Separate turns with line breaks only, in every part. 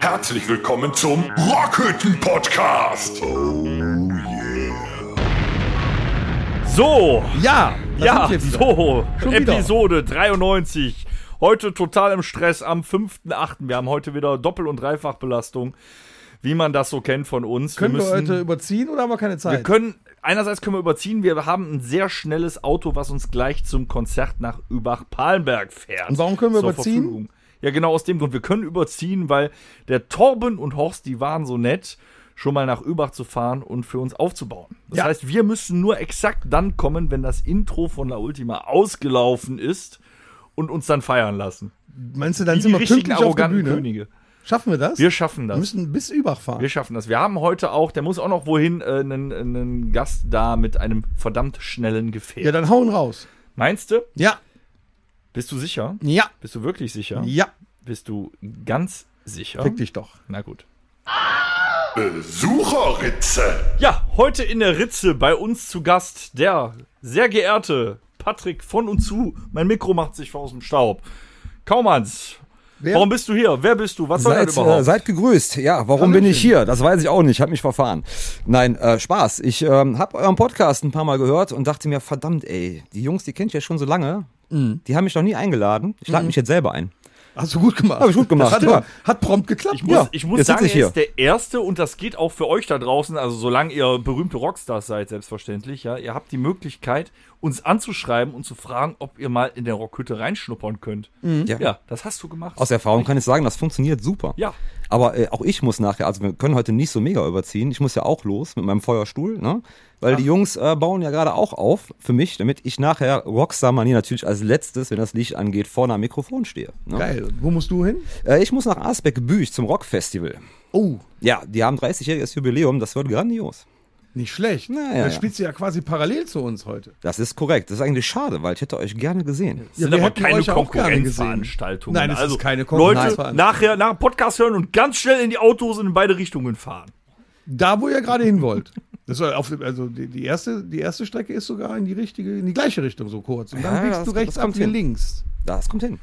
Herzlich willkommen zum Rockhütten Podcast.
So,
Ja, da
ja,
sind wir wieder.
so,
Schon wieder.
Episode 93. Heute total im Stress am 5.8. Wir haben heute wieder Doppel- und Dreifachbelastung, wie man das so kennt von uns.
Können wir,
müssen,
heute überziehen oder haben wir keine Zeit?
wir können, einerseits können wir überziehen, wir haben ein sehr schnelles Auto, was uns gleich zum Konzert nach Übach-Palenberg fährt.
Und warum können wir
Zur
überziehen?
Verfügung. Ja, genau aus dem Grund. Wir können überziehen, weil der Torben und Horst, die waren so nett, schon mal nach Übach zu fahren und für uns aufzubauen. Das
Ja.
heißt, wir müssen nur exakt dann kommen, wenn das Intro von La Ultima ausgelaufen ist und uns dann feiern lassen.
Meinst du, dann
Wie
sind
die
wir
richtigen
pünktlich auf der
arroganten
Bühne?
Könige.
Schaffen wir das?
Wir schaffen
wir
das.
müssen bis Übach fahren.
Wir schaffen das. Wir haben heute auch, der muss auch noch wohin, äh, einen, einen Gast da mit einem verdammt schnellen Gefährt.
ja, dann hauen raus.
Meinst du?
Ja,
Bist du sicher?
ja,
Bist du wirklich sicher?
ja.
Bist du ganz sicher?
Fick dich doch.
Na gut.
Besucherritze.
Ja, heute in der Ritze bei uns zu Gast der sehr geehrte Patrick von und zu. Mein Mikro macht sich aus dem Staub. Kaumanns,
Wer-
warum bist du hier? Wer bist du? Was soll
Seid,
das überhaupt?
äh, seid gegrüßt. Ja, warum
Hallöchen.
bin ich hier? Das weiß ich auch nicht. Hab mich verfahren. Nein, äh, Spaß. Ich ähm, habe euren Podcast ein paar Mal gehört und dachte mir, verdammt, ey, die Jungs, die kennt ich ja schon so lange. Die haben mich noch nie eingeladen. Ich lade mich jetzt selber ein.
Hast du gut gemacht.
Hab ich gut gemacht,
Das hat,
ja.
aber- hat prompt geklappt.
Ich muss,
Ja,
ich muss
jetzt
sagen,
sitze ich
er ist der Erste und das geht auch für euch da draußen, also solange ihr berühmte Rockstars seid, selbstverständlich, ja, ihr habt die Möglichkeit, uns anzuschreiben und zu fragen, ob ihr mal in der Rockhütte reinschnuppern könnt. Ja.
Mhm.
Ja.
das hast du gemacht.
Aus Erfahrung kann ich sagen, das funktioniert super.
Ja.
Aber äh, auch ich muss nachher, also wir können heute nicht so mega überziehen. Ich muss ja auch los mit meinem Feuerstuhl, ne? Weil die Jungs äh, bauen ja gerade auch auf für mich, damit ich nachher Rockstar Manie natürlich als letztes, wenn das Licht angeht, vorne am Mikrofon stehe. Ne?
Geil. Wo musst du hin?
Äh, ich muss nach Asbeck-Büch zum Rockfestival.
Oh,
Ja, die haben 30-jähriges Jubiläum, das wird grandios.
nicht schlecht.
Na, ja,
dann
ja.
spielst du ja quasi parallel zu uns heute.
Das ist korrekt. Das ist eigentlich schade, weil ich hätte euch gerne gesehen.
Das sind
wir
aber
hätten
keine
euch ja auch gerne gesehen.
Konkurrenzveranstaltungen.
Nein, es ist
also
keine
Leute,
Konkurrenzveranstaltung.
nachher nach dem Podcast hören und ganz schnell in die Autos in beide Richtungen fahren.
Da, wo ihr gerade hin wollt. Das soll auf, also die, die, erste, die erste Strecke ist sogar in die richtige, in die gleiche Richtung so kurz. Und dann
Ja,
biegst
das-
du rechts
das
ab
kommt
wie
hin.
links.
Das kommt hin.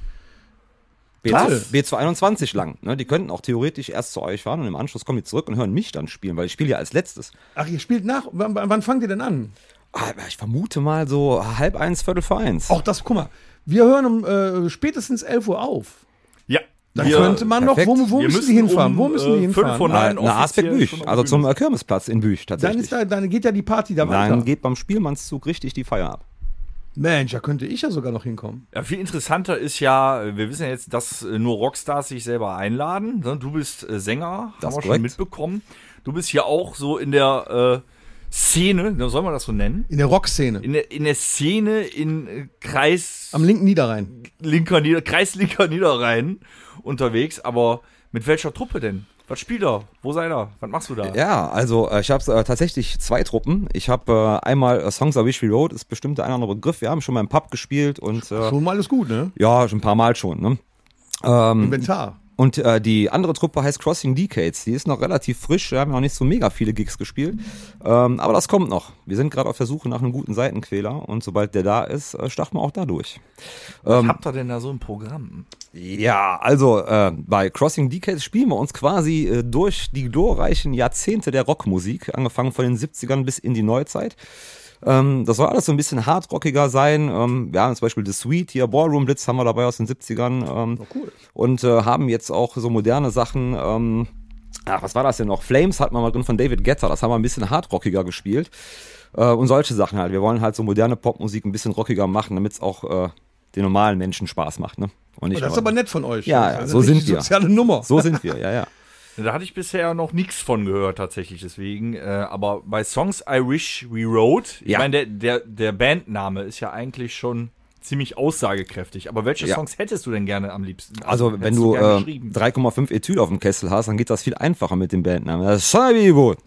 Toll.
B2- B221 lang. Ne? Die könnten auch theoretisch erst zu euch fahren und im Anschluss kommen die zurück und hören mich dann spielen, weil ich spiele ja als letztes.
Ach, ihr spielt nach. Wann, wann fangt ihr denn an?
Ah, Ich vermute mal so halb eins, Viertel vor eins.
Auch das, guck mal, wir hören um äh, spätestens 11 Uhr auf.
Ja.
Dann könnte man
perfekt.
noch, wo, wo
wir
müssen die hinfahren?
um,
wo müssen
äh,
die
Fünf von
hinfahren?
Na,
neun
na
offiziell schon
Asbeck-Büch,
auf
also
der
zum
Bühne.
äh, Kirmesplatz in Büch
Dann,
tatsächlich.
ist da, dann geht ja die Party da weiter.
dann geht beim Spielmannszug richtig die Feier ab.
Mensch, da könnte ich ja sogar noch hinkommen.
Ja, viel interessanter ist ja, wir wissen ja jetzt, dass äh, nur Rockstars sich selber einladen. ne? Du bist äh, Sänger, haben
Das
wir
ist korrekt.
schon mitbekommen. Du bist ja auch so in der äh, Szene, ne, soll man das so nennen?
In der Rockszene.
In der, in der Szene in äh, Kreis
Am linken Niederrhein.
linker Nieder Kreis linker Niederrhein unterwegs, aber mit welcher Truppe denn? Was spielt er? Wo seid ihr? Was machst du da?
Ja, also äh, ich habe äh, tatsächlich zwei Truppen. Ich habe äh, einmal äh, Songs I Wish We Wrote, ist bestimmt der eine oder andere Begriff. Wir haben schon mal im Pub gespielt und äh,
Schon mal alles gut, ne?
ja, schon ein paar Mal schon. Ne?
Inventar.
Und äh, die andere Truppe heißt Crossing Decades. Die ist noch relativ frisch. Wir haben noch nicht so mega viele Gigs gespielt. Ähm, aber das kommt noch. Wir sind gerade auf der Suche nach einem guten Seitenquäler. Und sobald der da ist, äh, starten wir auch da durch.
Was habt ihr denn da so im Programm?
Ja, also äh, bei Crossing Decades spielen wir uns quasi äh, durch die glorreichen Jahrzehnte der Rockmusik, angefangen von den 70ern bis in die Neuzeit. Ähm, das soll alles so ein bisschen hardrockiger sein. Ähm, wir haben zum Beispiel The Sweet hier, Ballroom Blitz haben wir dabei aus den 70ern. Ähm,
Oh, cool.
Und äh, haben jetzt auch so moderne Sachen. Ähm, ach, was war das denn noch? Flames hat man mal drin von David Guetta. Das haben wir ein bisschen hardrockiger gespielt. Äh, und solche Sachen halt. Wir wollen halt so moderne Popmusik ein bisschen rockiger machen, damit es auch äh, den normalen Menschen Spaß macht. Ne? Und nicht
Oh, Das ist
nur-
aber nett von euch.
Ja,
Das ist
so
eine
sind
richtig
wir.
soziale Nummer.
So sind wir, ja, ja.
Da hatte ich bisher noch nichts von gehört, tatsächlich, deswegen. Äh, aber bei Songs I Wish We Wrote, ich
Ja.
meine, der, der, der Bandname ist ja eigentlich schon ziemlich aussagekräftig. Aber welche
Ja.
Songs hättest du denn gerne am liebsten?
Also,
hättest
wenn du,
gerne
äh,
geschrieben?
3,5 Ethyl auf dem Kessel hast, dann geht das viel einfacher mit dem Bandnamen. Das ist Sonnabibot.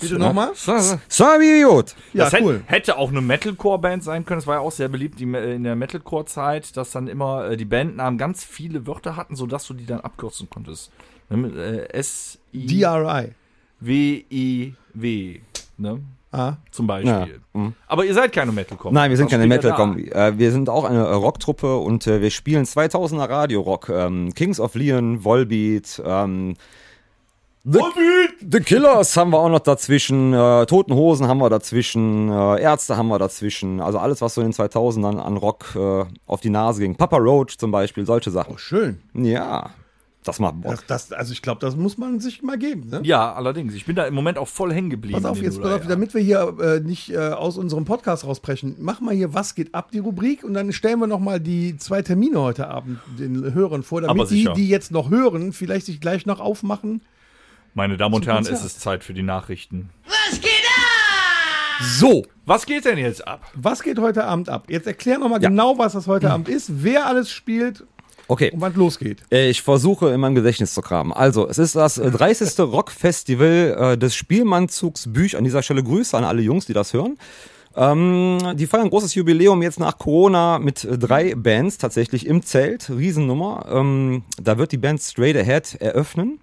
Bitte nochmal.
Sonnabibot.
Ja,
das hätte,
cool.
hätte auch eine Metalcore-Band sein können. Es war ja auch sehr beliebt die, in der Metalcore-Zeit, dass dann immer äh, die Bandnamen ganz viele Wörter hatten, sodass du die dann abkürzen konntest. Ne, mit, äh, S-I-W-I-W.
DRI.
Ne?
Ah,
Zum Beispiel. Aber ihr seid keine Metalcore.
Mhm. Nein, wir sind
Was
keine
spielt ihr
Metal-Com. Äh, wir sind auch eine äh, Rocktruppe und äh, wir spielen 2000er Radio-Rock. Ähm, Kings of Leon, Volbeat, ähm, The, The Killers haben wir auch noch dazwischen, äh, Toten Hosen haben wir dazwischen, äh, Ärzte haben wir dazwischen. Also alles, was so in den 2000ern an Rock äh, auf die Nase ging. Papa Roach zum Beispiel, solche Sachen.
Oh, schön.
Ja, das macht Bock.
Das, das, also ich glaube, das muss man sich mal geben. Ne?
da? Ja, allerdings. Ich bin da im Moment auch voll hängen geblieben.
Pass auf,
in den
jetzt pass auf,
Nullerjahren.
damit wir hier äh, nicht äh, aus unserem Podcast rausbrechen, mach mal hier, was geht ab, die Rubrik, und dann stellen wir nochmal die zwei Termine heute Abend den Hörern vor,
Aber
damit die,
sicher.
die jetzt noch hören, vielleicht sich gleich noch aufmachen.
Meine Damen und
Zum
Herren, es
Konzert.
ist Zeit für die Nachrichten.
So,
Was geht denn jetzt ab?
was geht heute Abend ab? Jetzt erklär nochmal
Ja.
genau, was das heute Abend ist, wer alles spielt
Okay.
und wann losgeht.
Äh, Ich versuche in meinem Gedächtnis zu kramen. Also, es ist das äh, 30. Rockfestival äh, des Spielmannzugs Büch. An dieser Stelle Grüße an alle Jungs, die das hören. Ähm, die feiern ein großes Jubiläum jetzt nach Corona mit äh, drei Bands tatsächlich im Zelt. Riesennummer. Ähm, da wird die Band Straight Ahead eröffnen.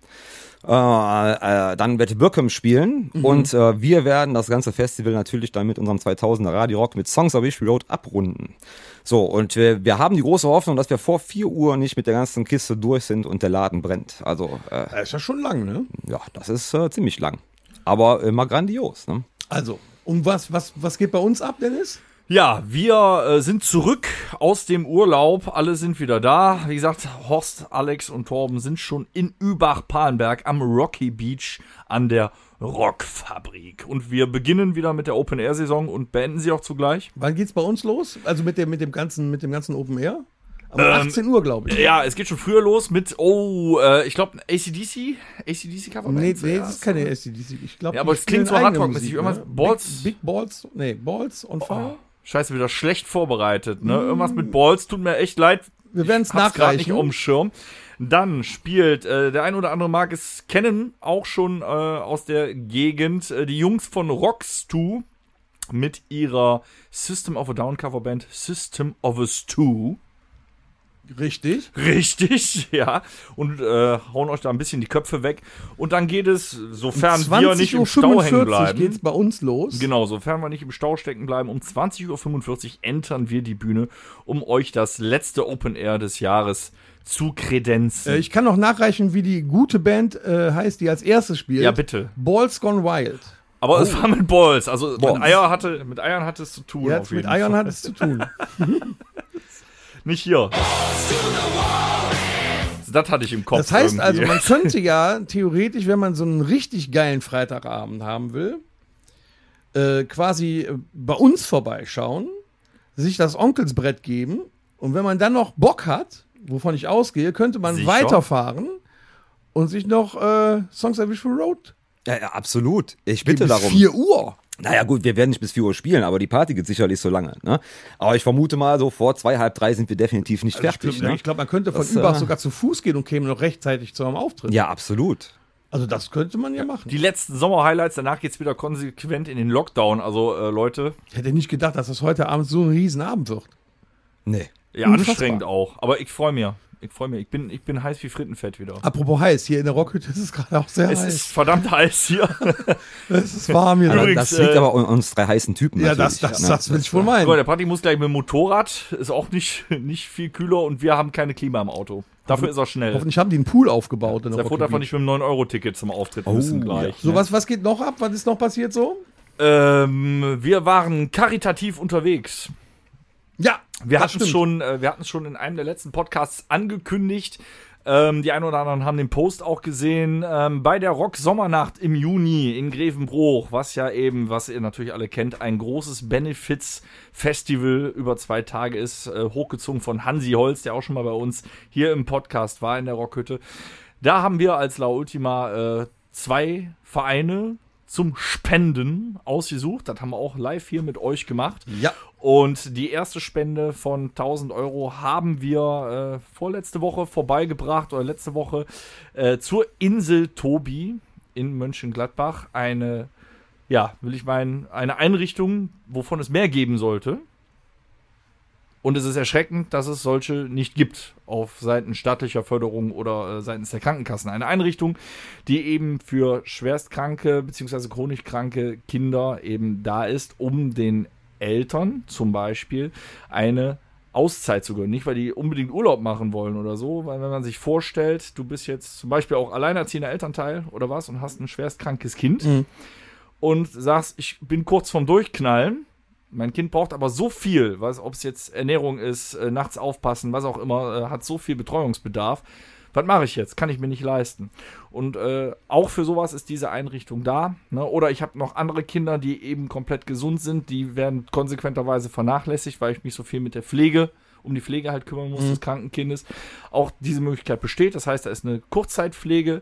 Äh, äh, dann wird Birkum spielen und äh, wir werden das ganze Festival natürlich dann mit unserem 2000er Radio Rock mit Songs of Wish Road abrunden. So, und wir, wir haben die große Hoffnung, dass wir vor 4 Uhr nicht mit der ganzen Kiste durch sind und der Laden brennt. Also, äh,
Das ist ja schon lang, ne?
ja, das ist äh, ziemlich lang. Aber immer grandios, ne?
Also, und was, was, was geht bei uns ab, Dennis?
Ja, wir äh, sind zurück aus dem Urlaub. Alle sind wieder da. Wie gesagt, Horst, Alex und Torben sind schon in Übach-Palenberg am Rocky Beach an der Rockfabrik. Und wir beginnen wieder mit der Open-Air-Saison und beenden sie auch zugleich.
Wann geht's bei uns los? Also mit dem, mit dem ganzen, mit dem ganzen Open Air? Um 18 Uhr, glaube ich.
Ja, es geht schon früher los mit, oh, äh, ich glaube, ACDC? ACDC-Coverband?
Nee, nee, das ist
ne?
keine SCDC. Ich glaube,
Ja, aber
die
es klingt
spielen
so
eigene
Hardrock-mäßig,
Musik,
irgendwas-
ne?
Balls- Oh,
Big, Big Balls, nee, Balls on Fire.
Scheiße, wieder schlecht vorbereitet, ne? Irgendwas mit Balls, tut mir echt leid.
Wir werden's
Ich hab's grad
nachreichen.
nicht um auf dem Schirm. Dann spielt, äh, der ein oder andere mag es kennen, auch schon äh, aus der Gegend, äh, die Jungs von Rockstu mit ihrer System of a Down Coverband System of a Stew.
Richtig.
Richtig, ja. Und äh, hauen euch da ein bisschen die Köpfe weg. Und dann geht es, sofern wir nicht
20.45
im
Um Uhr
Stau hängen bleiben.
geht's bei uns los.
Genau, sofern wir nicht im Stau stecken bleiben, um 20.45 Uhr entern wir die Bühne, um euch das letzte Open Air des Jahres zu kredenzen.
Äh, ich kann noch nachreichen, wie die gute Band äh, heißt, die als erstes spielt.
Ja, bitte.
Balls Gone Wild.
Aber es war mit Balls, also
Balls.
Mit, Eier hatte, mit Eiern hatte es zu tun.
Oh. Jetzt mit Iron hat es zu tun.
Nicht hier. Das hatte ich im Kopf.
Das heißt also,
irgendwie.
man könnte ja theoretisch, wenn man so einen richtig geilen Freitagabend haben will, äh, quasi äh, bei uns vorbeischauen, sich das Onkelsbrett geben und wenn man dann noch Bock hat, wovon ich ausgehe, könnte man
Sicher.
weiterfahren und sich noch äh, Songs I Wish for Road
Ja, ja, absolut. Ich bitte
bis
darum.
4 Uhr.
Naja, gut, wir werden nicht bis 4 Uhr spielen, aber die Party geht sicherlich so lange, ne? Aber ich vermute mal, so vor zwei, halb drei sind wir definitiv nicht fertig,
ich glaube,
ne?
ich glaub, man könnte von
Das,
Übach
äh,
sogar zu Fuß gehen und käme noch rechtzeitig zu einem Auftritt.
Ja, absolut.
Also das könnte man ja machen.
die letzten Sommer-Highlights, danach geht's wieder konsequent in den Lockdown. Also, äh, Leute,
Ich hätte nicht gedacht, dass das heute Abend so ein Riesenabend wird.
Nee.
ja,
Unfassbar.
anstrengend auch. Aber ich freue mich. Ich freue mich. Ich bin, ich bin heiß wie Frittenfett wieder.
Apropos heiß, hier in der Rockhütte ist es gerade auch sehr
Es
Ah, heiß.
ist verdammt heiß hier.
Es ist warm hier.
Aber
Übrigens,
das liegt
äh,
aber an uns drei heißen Typen.
ja, das,
natürlich,
das,
ne?
das will ich wohl meinen.
Guck mal, der Party muss gleich mit dem Motorrad, ist auch nicht, nicht viel kühler und wir haben keine Klima im Auto. Dafür ist er schnell.
Hoffentlich haben die einen Pool aufgebaut. In der
Sei froh,
Rocky
dass wir
Beach.
nicht mit dem 9-Euro-Ticket zum Auftritt müssen gleich.
Oh,
ne?
So, was, was geht noch ab? Was ist noch passiert so?
Ähm, wir waren karitativ unterwegs.
Ja,
Wir
das
hatten es
stimmt.
schon, äh, wir hatten es schon in einem der letzten Podcasts angekündigt. Ähm, die einen oder anderen haben den Post auch gesehen. Ähm, bei der Rock-Sommernacht im Juni in Grevenbruch, was ja eben, was ihr natürlich alle kennt, ein großes Benefits-Festival über zwei Tage ist, äh, hochgezogen von Hansi Holz, der auch schon mal bei uns hier im Podcast war in der Rockhütte. Da haben wir als La Ultima äh, zwei Vereine zum Spenden ausgesucht. Das haben wir auch live hier mit euch gemacht.
Ja,
Und die erste Spende von 1000 Euro haben wir äh, vorletzte Woche vorbeigebracht oder letzte Woche äh, zur Insel Tobi in Mönchengladbach. Eine, ja, will ich meinen, eine Einrichtung, wovon es mehr geben sollte. Und es ist erschreckend, dass es solche nicht gibt auf Seiten staatlicher Förderung oder äh, seitens der Krankenkassen. Eine Einrichtung, die eben für schwerstkranke bzw. chronisch kranke Kinder eben da ist, um den Eltern zum Beispiel eine Auszeit zu gönnen. Nicht, weil die unbedingt Urlaub machen wollen oder so, weil wenn man sich vorstellt, du bist jetzt zum Beispiel auch alleinerziehender Elternteil oder was und hast ein schwerstkrankes Kind und sagst, ich bin kurz vorm Durchknallen, mein Kind braucht aber so viel, was, ob es jetzt Ernährung ist, äh, nachts aufpassen, was auch immer, äh, hat so viel Betreuungsbedarf. Was mache ich jetzt? Kann ich mir nicht leisten. Und äh, auch für sowas ist diese Einrichtung da. Ne? Oder ich habe noch andere Kinder, die eben komplett gesund sind. Die werden konsequenterweise vernachlässigt, weil ich mich so viel mit der Pflege, um die Pflege halt kümmern muss des kranken Kindes. Auch diese Möglichkeit besteht. Das heißt, da ist eine Kurzzeitpflege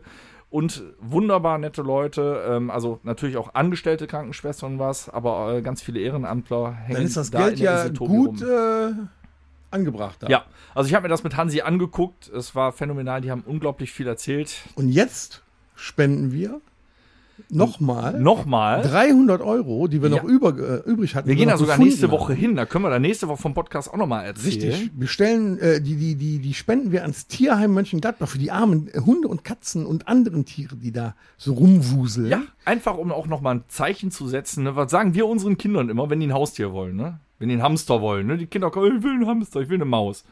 und wunderbar nette Leute. Ähm, also natürlich auch angestellte Krankenschwestern und was, aber äh, ganz viele Ehrenamtler hängen
Dann ist das
da
Geld
in der
ja
Isotope
gut
rum.
äh, angebracht. Da.
Ja, also ich habe mir das mit Hansi angeguckt. Es war phänomenal. Die haben unglaublich viel erzählt.
Und jetzt spenden wir nochmal
Nochmal.
300 Euro, die wir noch
Ja.
über, äh, übrig hatten.
Wir gehen
noch
da sogar
gefunden
nächste
haben.
Woche hin. Da können wir da nächste Woche vom Podcast auch nochmal erzählen.
Richtig. Wir stellen, äh, die, die, die, die spenden wir ans Tierheim Mönchengladbach für die armen äh, Hunde und Katzen und anderen Tiere, die da so rumwuseln.
Ja, einfach um auch nochmal ein Zeichen zu setzen. Ne? Was sagen wir unseren Kindern immer, wenn die ein Haustier wollen, ne? Wenn die einen Hamster wollen, ne? Die Kinder kommen, ich will einen Hamster, ich will eine Maus.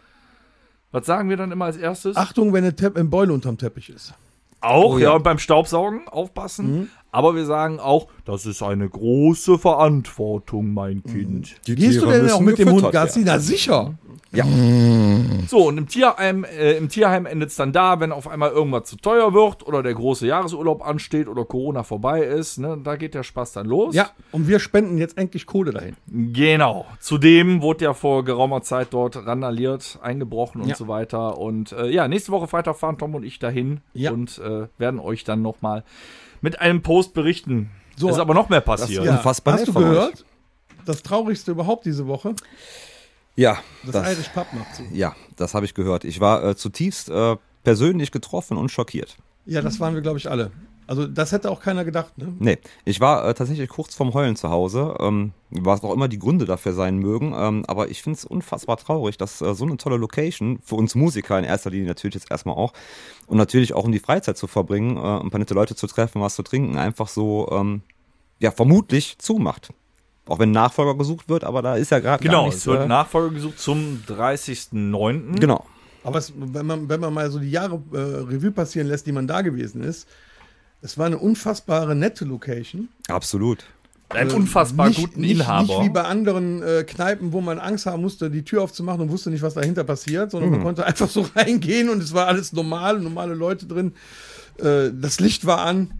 Was sagen wir dann immer als erstes?
Achtung, wenn eine Tepp ein Beule unterm Teppich ist.
Auch,
Oh
ja.
ja.
und beim Staubsaugen aufpassen.
Mhm.
Aber wir sagen auch, das ist eine große Verantwortung, mein
Mhm.
Kind.
Die
Gehst du
Tiere
denn auch
müssen
mit dem
gefüttert
Hund Gassi?
werden.
Na sicher.
So, und im Tierheim, äh, im Tierheim endet es dann da, wenn auf einmal irgendwas zu teuer wird oder der große Jahresurlaub ansteht oder Corona vorbei ist. Ne? Da geht der Spaß dann los.
Ja, und wir spenden jetzt endlich Kohle dahin.
Genau. Zudem wurde ja vor geraumer Zeit dort randaliert, eingebrochen und
Ja.
so weiter. Und äh, ja, nächste Woche Freitag fahren Tom und ich dahin
Ja.
und äh, werden euch dann nochmal mit einem Post berichten.
So.
ist aber noch mehr passiert.
Ja. Unfassbar
Hast
nett
du
von euch.
gehört? Das Traurigste überhaupt diese Woche,
Ja,
das,
das,
alte Papp macht zu.
ja, das habe ich gehört. Ich war äh, zutiefst äh, persönlich getroffen und schockiert.
Ja, das waren wir, glaube ich, alle. Also das hätte auch keiner gedacht. Ne?
Nee, ich war äh, tatsächlich kurz vorm Heulen zu Hause, ähm, was auch immer die Gründe dafür sein mögen, ähm, aber ich finde es unfassbar traurig, dass äh, so eine tolle Location, für uns Musiker in erster Linie natürlich jetzt erstmal auch, und natürlich auch um die Freizeit zu verbringen, äh, ein paar nette Leute zu treffen, was zu trinken, einfach so, ähm, ja, vermutlich zumacht. Auch wenn ein Nachfolger gesucht wird, aber da ist ja gerade gar
Genau,
nichts.
es wird
äh,
Nachfolge gesucht zum 30.09.
genau.
Aber es, wenn, man, wenn man mal so die Jahre äh, Revue passieren lässt, die man da gewesen ist, es war eine unfassbare nette Location.
Absolut.
Einen
Äh,
unfassbar
nicht,
guten
nicht,
Inhaber.
Nicht wie bei anderen äh, Kneipen, wo man Angst haben musste, die Tür aufzumachen und wusste nicht, was dahinter passiert, sondern
Mhm.
man konnte einfach so reingehen und es war alles normal, normale Leute drin. Äh, das Licht war an.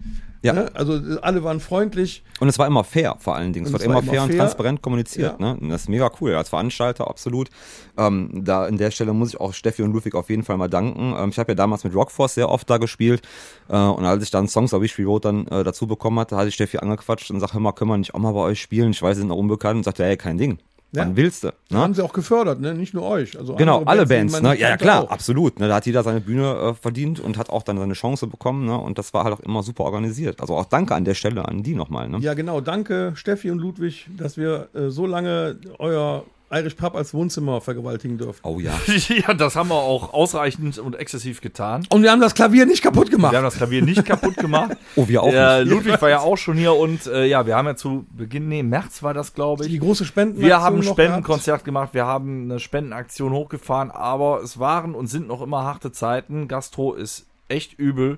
Ja.
Ne? Also äh, alle waren freundlich.
Und es war immer fair, vor allen Dingen. Es
Und
wird
es war
immer
immer
fair, und
fair.
transparent kommuniziert. Ne? Und Das ist mega cool, als Veranstalter, absolut. Ähm, da an der Stelle muss ich auch Steffi und Ludwig auf jeden Fall mal danken. Ähm, ich habe ja damals mit Rockforce sehr oft da gespielt. Äh, und als ich dann Songs of Wish We Wrote dann äh, dazu bekommen hatte, hatte ich Steffi angequatscht und sagte, hör mal, können wir nicht auch mal bei euch spielen? Ich weiß, sie sind noch unbekannt. Und sagte, hey, kein Ding.
Ja.
Wann willst du?
Da
Ne?
Haben sie auch gefördert, ne? nicht nur euch. Also
Genau,
andere
alle
die
Bands,
man
ne?
nicht
Ja, ja
kannte
klar,
auch.
absolut. Ne? Da hat jeder seine Bühne äh, verdient und hat auch dann seine Chance bekommen, ne? Und das war halt auch immer super organisiert. Also auch danke an der Stelle an die nochmal, ne?
Ja, genau. Danke, Steffi und Ludwig, dass wir äh, so lange euer Irish Pub als Wohnzimmer vergewaltigen dürfen.
Oh ja.
ja, das haben wir auch ausreichend und exzessiv getan.
Und wir haben das Klavier nicht kaputt gemacht.
Wir haben das Klavier nicht kaputt gemacht.
Oh, wir auch
Der
nicht.
Ludwig war ja auch schon hier und äh, ja, wir haben ja zu Beginn, nee, März war das, glaube
die
ich.
große Spenden.
Wir haben ein Spendenkonzert gemacht, wir haben eine Spendenaktion hochgefahren, aber es waren und sind noch immer harte Zeiten. Gastro ist echt übel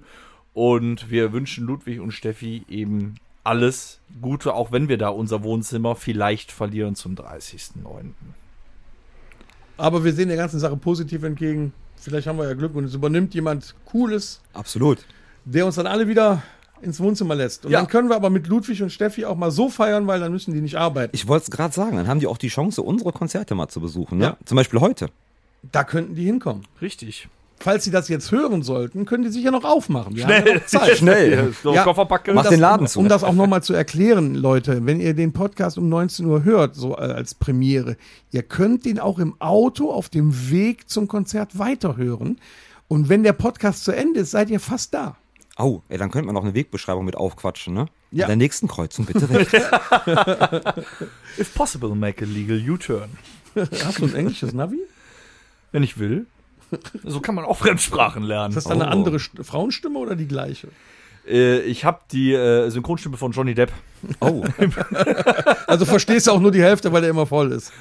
und wir wünschen Ludwig und Steffi eben alles Gute, auch wenn wir da unser Wohnzimmer vielleicht verlieren zum 30.09.
Aber wir sehen der ganzen Sache positiv entgegen. Vielleicht haben wir ja Glück und es übernimmt jemand Cooles,
Absolut.
der uns dann alle wieder ins Wohnzimmer lässt. Und
Ja.
dann können wir aber mit Ludwig und Steffi auch mal so feiern, weil dann müssen die nicht arbeiten.
Ich wollte es gerade sagen, dann haben die auch die Chance, unsere Konzerte mal zu besuchen. Ne?
Ja.
Zum Beispiel heute.
Da könnten die hinkommen.
Richtig.
Falls sie das jetzt hören sollten, können die sich ja noch aufmachen. Wir Schnell. Haben ja noch Zeit.
Schnell.
So,
Ja.
Koffer packen.
Mach
das-
den Laden zu.
Um das auch nochmal zu erklären, Leute, wenn ihr den Podcast um 19 Uhr hört, so äh, als Premiere, ihr könnt den auch im Auto auf dem Weg zum Konzert weiterhören. Und wenn der Podcast zu Ende ist, seid ihr fast da.
Au, ey, dann könnte man noch eine Wegbeschreibung mit aufquatschen, ne?
Ja.
An der nächsten Kreuzung bitte rechts.
If possible, make a legal U-Turn.
Hast du ein englisches Navi?
Wenn ich will. So kann man auch Fremdsprachen lernen.
Ist das dann eine
Oh.
andere St Frauenstimme oder die gleiche?
Äh, ich habe die äh, Synchronstimme von Johnny Depp.
Oh,
Also verstehst du auch nur die Hälfte, weil der immer voll ist.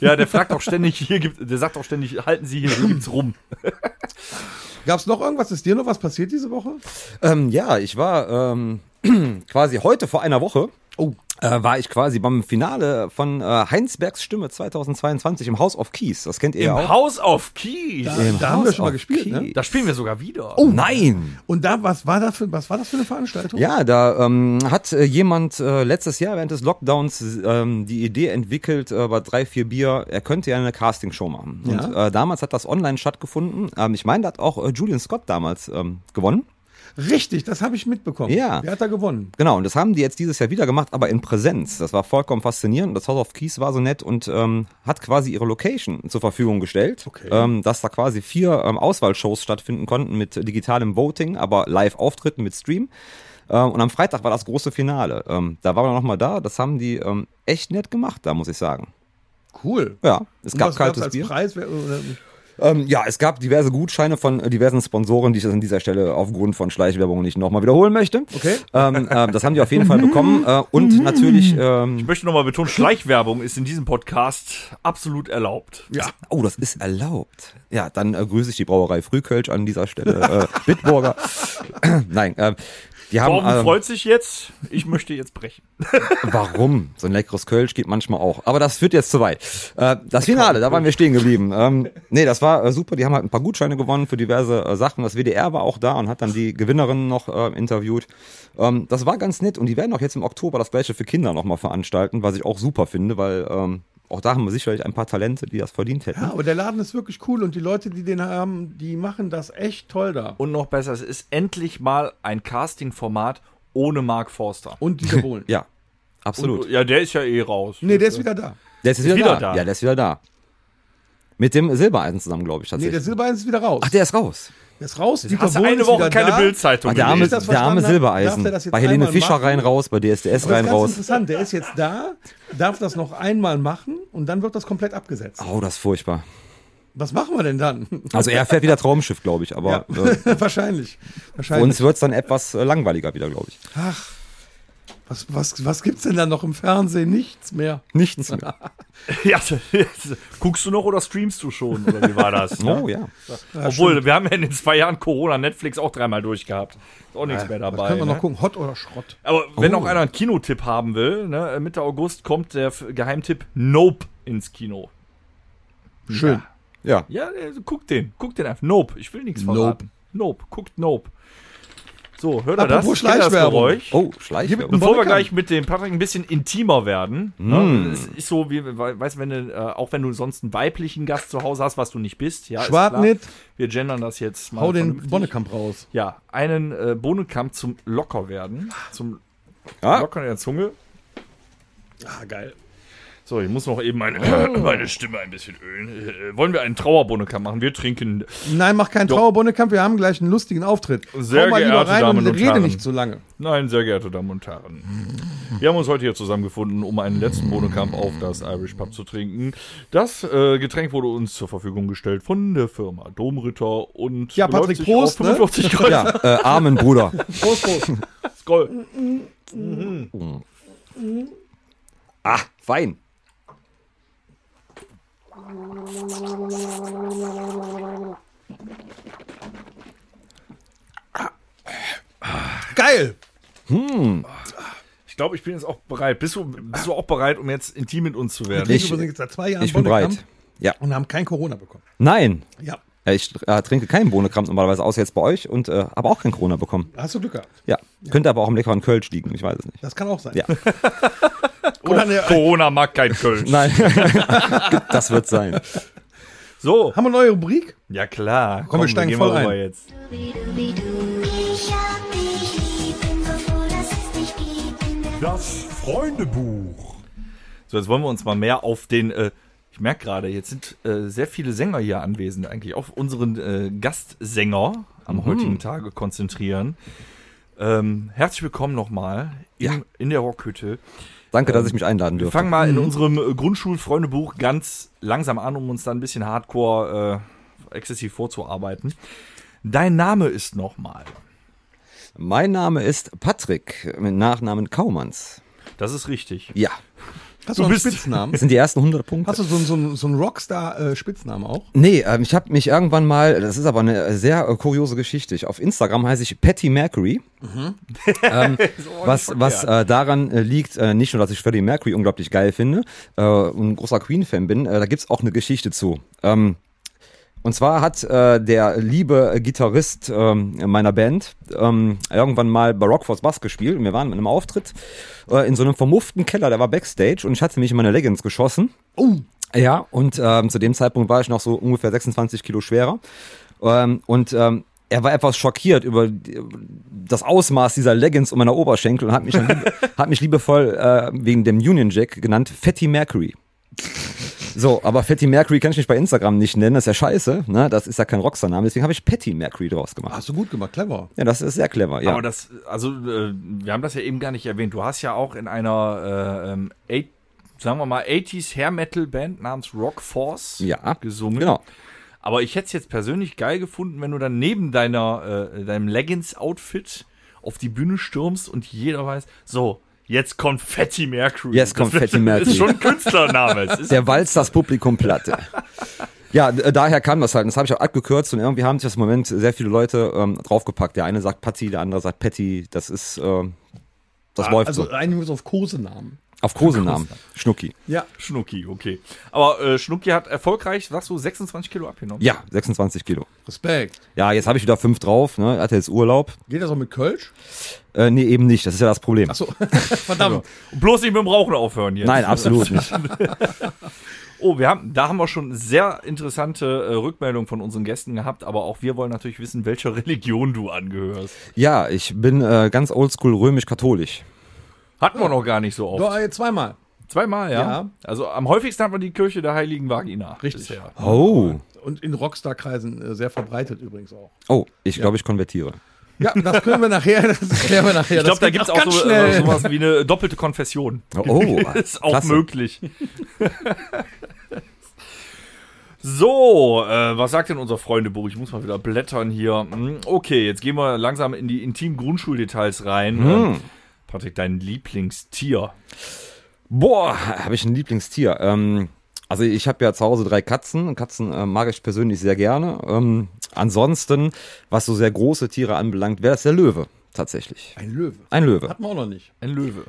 Ja, der fragt auch ständig, hier gibt, der sagt auch ständig, halten Sie hier, hier gibt's rum.
Gab es noch irgendwas? Ist dir noch was passiert diese Woche?
Ähm, ja, ich war ähm, quasi heute vor einer Woche.
Oh.
Äh, war ich quasi beim Finale von äh, Heinsbergs Stimme 2022 im House of Keys. Das kennt ihr ja
Im
auch.
House of Keys.
Da-
Im
da haben
House
wir schon mal
of
gespielt, ne?
Keys.
Da spielen wir sogar wieder.
Oh nein!
Und da, was war das für, was war das für eine Veranstaltung?
Ja, da ähm, hat äh, jemand äh, letztes Jahr während des Lockdowns ähm, die Idee entwickelt, äh, bei 3, 4 Bier, er könnte ja eine Castingshow machen. Und
Ja.
äh, damals hat das online stattgefunden. Ähm, ich meine, da hat auch äh, Julian Scott damals ähm, gewonnen.
Richtig, das habe ich mitbekommen.
Ja.
Wer hat da gewonnen?
Genau, und das haben die jetzt dieses Jahr wieder gemacht, aber in Präsenz. Das war vollkommen faszinierend. Das House of Keys war so nett und ähm, hat quasi ihre Location zur Verfügung gestellt,
Okay.
ähm, dass da quasi vier ähm, Auswahlshows stattfinden konnten mit digitalem Voting, aber Live-Auftritten mit Stream. Ähm, und am Freitag war das große Finale. Ähm, da waren wir nochmal da. Das haben die ähm, echt nett gemacht, da muss ich sagen.
Cool.
Ja, es
Und
gab
was gab's
kaltes
als
Bier.
Preis? Wer- oder-
Ähm, ja, es gab diverse Gutscheine von äh, diversen Sponsoren, die ich das an dieser Stelle aufgrund von Schleichwerbung nicht nochmal wiederholen möchte.
Okay.
Ähm, ähm, das haben die auf jeden Fall bekommen. Äh, und natürlich, ähm,
Ich möchte nochmal betonen, Schleichwerbung ist in diesem Podcast absolut erlaubt.
Ja.
oh, das ist erlaubt. Ja, dann äh, grüße ich die Brauerei Frühkölsch an dieser Stelle. Äh, Bitburger. Nein, ähm, die haben.
Torben
ähm,
freut sich jetzt, ich möchte jetzt brechen.
Warum? So ein leckeres Kölsch geht manchmal auch. Aber das führt jetzt zu weit. Äh, das Finale, da waren wir stehen geblieben. Ähm, nee, das war äh, super. Die haben halt ein paar Gutscheine gewonnen für diverse äh, Sachen. Das WDR war auch da und hat dann die Gewinnerinnen noch äh, interviewt. Ähm, das war ganz nett. Und die werden auch jetzt im Oktober das gleiche für Kinder nochmal veranstalten, was ich auch super finde, weil ähm, auch da haben wir sicherlich ein paar Talente, die das verdient hätten.
Ja, aber der Laden ist wirklich cool und die Leute, die den haben, die machen das echt toll da.
Und noch besser, es ist endlich mal ein Casting-Format ohne Mark Forster.
Und die Bohlen.
Ja, absolut.
Oh, Ja, der ist ja eh raus.
Nee, der ist wieder da.
Der äh, ist, wieder,
wieder
da.
da.
Ja, der ist wieder da. Mit dem Silbereisen zusammen, glaube ich,
Nee,
tatsächlich.
der Silbereisen ist wieder raus.
Ach, der ist raus.
der ist raus. Dieter
Hast du
Bohlen
eine
ist
Woche
wieder
keine
da.
Bildzeitung
Ah, der arme,
gelesen?
das
der arme
verstanden habe,
Silbereisen.
darf der das jetzt
Bei Helene
einmal
Fischer
machen?
rein raus, bei DSDS
Das ist
rein
ganz
raus.
interessant. Der ist jetzt da, darf das noch einmal machen und dann wird das komplett abgesetzt.
Oh, das ist furchtbar.
Was machen wir denn dann?
Also er fährt wieder Traumschiff, glaube ich, aber äh,
ja. wahrscheinlich.
für
wahrscheinlich.
uns wird's dann etwas äh, langweiliger wieder, glaube ich.
Was, was, was gibt's denn da noch im Fernsehen? Nichts mehr.
Nichts mehr.
Ja, guckst du noch oder streamst du schon? Oder wie war das?
Oh ja.
Obwohl, wir haben ja in den zwei Jahren Corona Netflix auch dreimal durchgehabt. Ist auch nichts mehr
was
dabei.
können wir
ne?
noch gucken? Hot oder Schrott?
Aber wenn
Oh.
noch einer einen Kinotipp haben will, ne, Mitte August kommt der F- Geheimtipp Nope ins Kino.
Schön.
Ja.
Ja, äh, guckt den. Guckt den einfach. Nope. Ich will nichts
Nope.
verraten. Nope. Guckt Nope. So, hört ihr das?
Apropos
Kennt ihr das
Schleichwerbung.
Geräusch?
Oh, Schleichwerbung.
Bevor wir
Bonnekamp.
gleich mit dem Patrick ein bisschen intimer werden, ne,
Mm.
es ist so, wie, we- weißt wenn du, äh, auch wenn du sonst einen weiblichen Gast zu Hause hast, was du nicht bist, ja, ist klar.
Schwartnit,
Wir gendern das jetzt mal.
hau den
vernünftig.
Bonnekamp raus.
Ja, einen äh, Bohnenkamp zum Lockerwerden, zum
Ja.
Lockern der Zunge.
Ah, geil. Oh.
So, ich muss noch eben meine, meine Stimme ein bisschen ölen. Äh, wollen wir einen Trauerbohnenkamp machen? Wir trinken.
Nein, mach keinen Trauerbonnekamp, wir haben gleich einen lustigen Auftritt.
Sehr
Hau mal lieber
geehrte
rein
Damen
und
und
rede
Herren.
nicht so lange.
Nein, sehr geehrte Damen und Herren. Wir haben uns heute hier zusammengefunden, um einen letzten Bohnenkamp auf das Irish Pub zu trinken. Das äh, Getränk wurde uns zur Verfügung gestellt von der Firma Domritter und
Ja, Patrick,
beläuft sich auf
Prost, ne?
45 Grad.
Ja, äh, Amen, Bruder.
Prost, Prost.
Skoll.
Ah, Wein.
geil.
Ich glaube, ich bin jetzt auch bereit. Bist du, bist du auch bereit, um jetzt intim mit uns zu werden?
Wir
Ich-
trinken übrigens jetzt seit zwei Jahren
Ich bin
Bonnekamp
bereit. Ja.
Und haben kein Corona bekommen.
Nein.
Ja,
Äh, Ich äh, trinke keinen Bohnenkrampf normalerweise, außer jetzt bei euch und äh, habe auch keinen Corona bekommen.
hast du Glück gehabt.
Ja. Könnte aber auch im leckeren Kölsch liegen, ich weiß es nicht.
Das kann auch sein.
Ja.
Oder eine,
Corona mag kein Köln.
Nein. das wird sein.
So.
haben wir eine neue Rubrik?
Ja klar.
Komm, wir steigen
gehen
voll
mal rüber
ein.
Jetzt.
Ich hab dich lieb, bin so froh, dass es dich gibt in der
Das Freundebuch.
So, jetzt wollen wir uns mal mehr auf den. Äh, ich merke gerade, jetzt sind äh, sehr viele Sänger hier anwesend, Mhm. eigentlich auf unseren äh, Gastsänger am heutigen Tage konzentrieren. Äh, Ähm, herzlich willkommen nochmal im-
Ja.
in der Rockhütte.
Danke, dass ich mich einladen
Wir
durfte.
fangen mal in unserem äh, Grundschulfreundebuch ganz langsam an, um uns da ein bisschen hardcore äh, exzessiv vorzuarbeiten. Dein Name ist nochmal.
Mein Name ist Patrick, mit Nachnamen Kaumanns.
Das ist richtig.
Ja,
Hast
Du
du, einen
bist-
das
Spitznamen?
sind die ersten 100 Punkte.
Hast du so, einen- so, einen- so einen Rockstar-Spitznamen auch?
Nee, ähm, ich habe mich irgendwann mal, das ist aber eine sehr äh, kuriose Geschichte, ich, auf Instagram heiße ich Patty Mercury, ähm, was, was äh, daran äh, liegt, äh, nicht nur, dass ich Freddie Mercury unglaublich geil finde äh, und ein großer Queen-Fan bin, äh, da gibt's auch eine Geschichte zu. Ähm, und zwar hat äh, der liebe Gitarrist ähm, meiner Band ähm, irgendwann mal bei Rockforce Bass gespielt und wir waren mit einem Auftritt äh, in so einem vermufften Keller, der war Backstage und ich hatte mich in meine Leggings geschossen. Ja, und ähm, zu dem Zeitpunkt war ich noch so ungefähr 26 Kilo schwerer. Ähm, und ähm, er war etwas schockiert über die- das Ausmaß dieser Leggings um meiner Oberschenkel und hat mich, dann liebe, hat mich liebevoll äh, wegen dem Union Jack genannt Fatty Mercury. So, aber Fatty Mercury kann ich mich bei Instagram nicht nennen, das ist ja scheiße, ne? das ist ja kein Rockstar-Name, deswegen habe ich Patty Mercury draus gemacht.
Hast du gut gemacht, clever.
Ja, das ist sehr clever, ja.
Aber das, also, äh, wir haben das ja eben gar nicht erwähnt. Du hast ja auch in einer, äh, ähm, eight, sagen wir mal, 80s Hair Metal Band namens Rock Force
ja,
gesungen.
genau.
Aber ich hätte es jetzt persönlich geil gefunden, wenn du dann neben deiner, äh, deinem Leggings-Outfit auf die Bühne stürmst und jeder weiß, so, jetzt kommt Fatty Mercury.
Jetzt kommt
das
Fatty
ist
Mercury.
schon ein Künstlername. Es ist,
Der walzt das Publikum platt. ja. Ja, d- daher kam das halt. Und Das habe ich auch abgekürzt und irgendwie haben sich das im Moment sehr viele Leute ähm, draufgepackt. Der eine sagt Patty, der andere sagt Patty. Das ist, ähm, das läuft
Also
so.
einigen wir uns auf Kosenamen.
Auf Kosenamen. Schnucki.
Ja.
Schnucki, okay. Aber äh, Schnucki hat erfolgreich, sagst du, 26 Kilo abgenommen.
Ja, 26 Kilo.
Respekt.
Ja, jetzt habe ich wieder fünf drauf. Ne? Hatte jetzt Urlaub.
Geht das auch mit Kölsch?
Äh, nee, eben nicht. Das ist ja das Problem.
Achso, verdammt.
Bloß nicht mit dem Rauchen aufhören jetzt.
Nein, absolut nicht.
Oh, wir haben, da haben wir schon sehr interessante äh, Rückmeldungen von unseren Gästen gehabt, aber auch wir wollen natürlich wissen, welcher Religion du angehörst.
Ja, ich bin äh, ganz oldschool römisch-katholisch.
Hatten wir noch gar nicht so
Du,
oft.
äh, zweimal.
Zweimal, ja.
Ja.
Also am häufigsten hat man die Kirche der Heiligen Vagina.
Richtig.
bisher.
Oh.
Und in Rockstar-Kreisen äh, sehr verbreitet übrigens auch.
Oh, ich glaube, ich konvertiere.
Ja, das können wir nachher, das klären wir nachher.
Ich glaube, da gibt es auch so, äh,
schnell.
sowas wie eine doppelte Konfession.
Oh,
Ist auch
klasse.
möglich. so, äh, was sagt denn unser Freundebuch? Ich muss mal wieder blättern hier. Hm, Okay, jetzt gehen wir langsam in die intimen Grundschuldetails rein. Ähm, Patrick, dein Lieblingstier.
Boah, habe ich ein Lieblingstier. Ähm, also ich habe ja zu Hause drei Katzen. Katzen äh, mag ich persönlich sehr gerne. Ähm, ansonsten, was so sehr große Tiere anbelangt, wäre das der Löwe tatsächlich.
Ein Löwe.
Ein Löwe.
Hatten wir auch noch nicht.
Ein Löwe.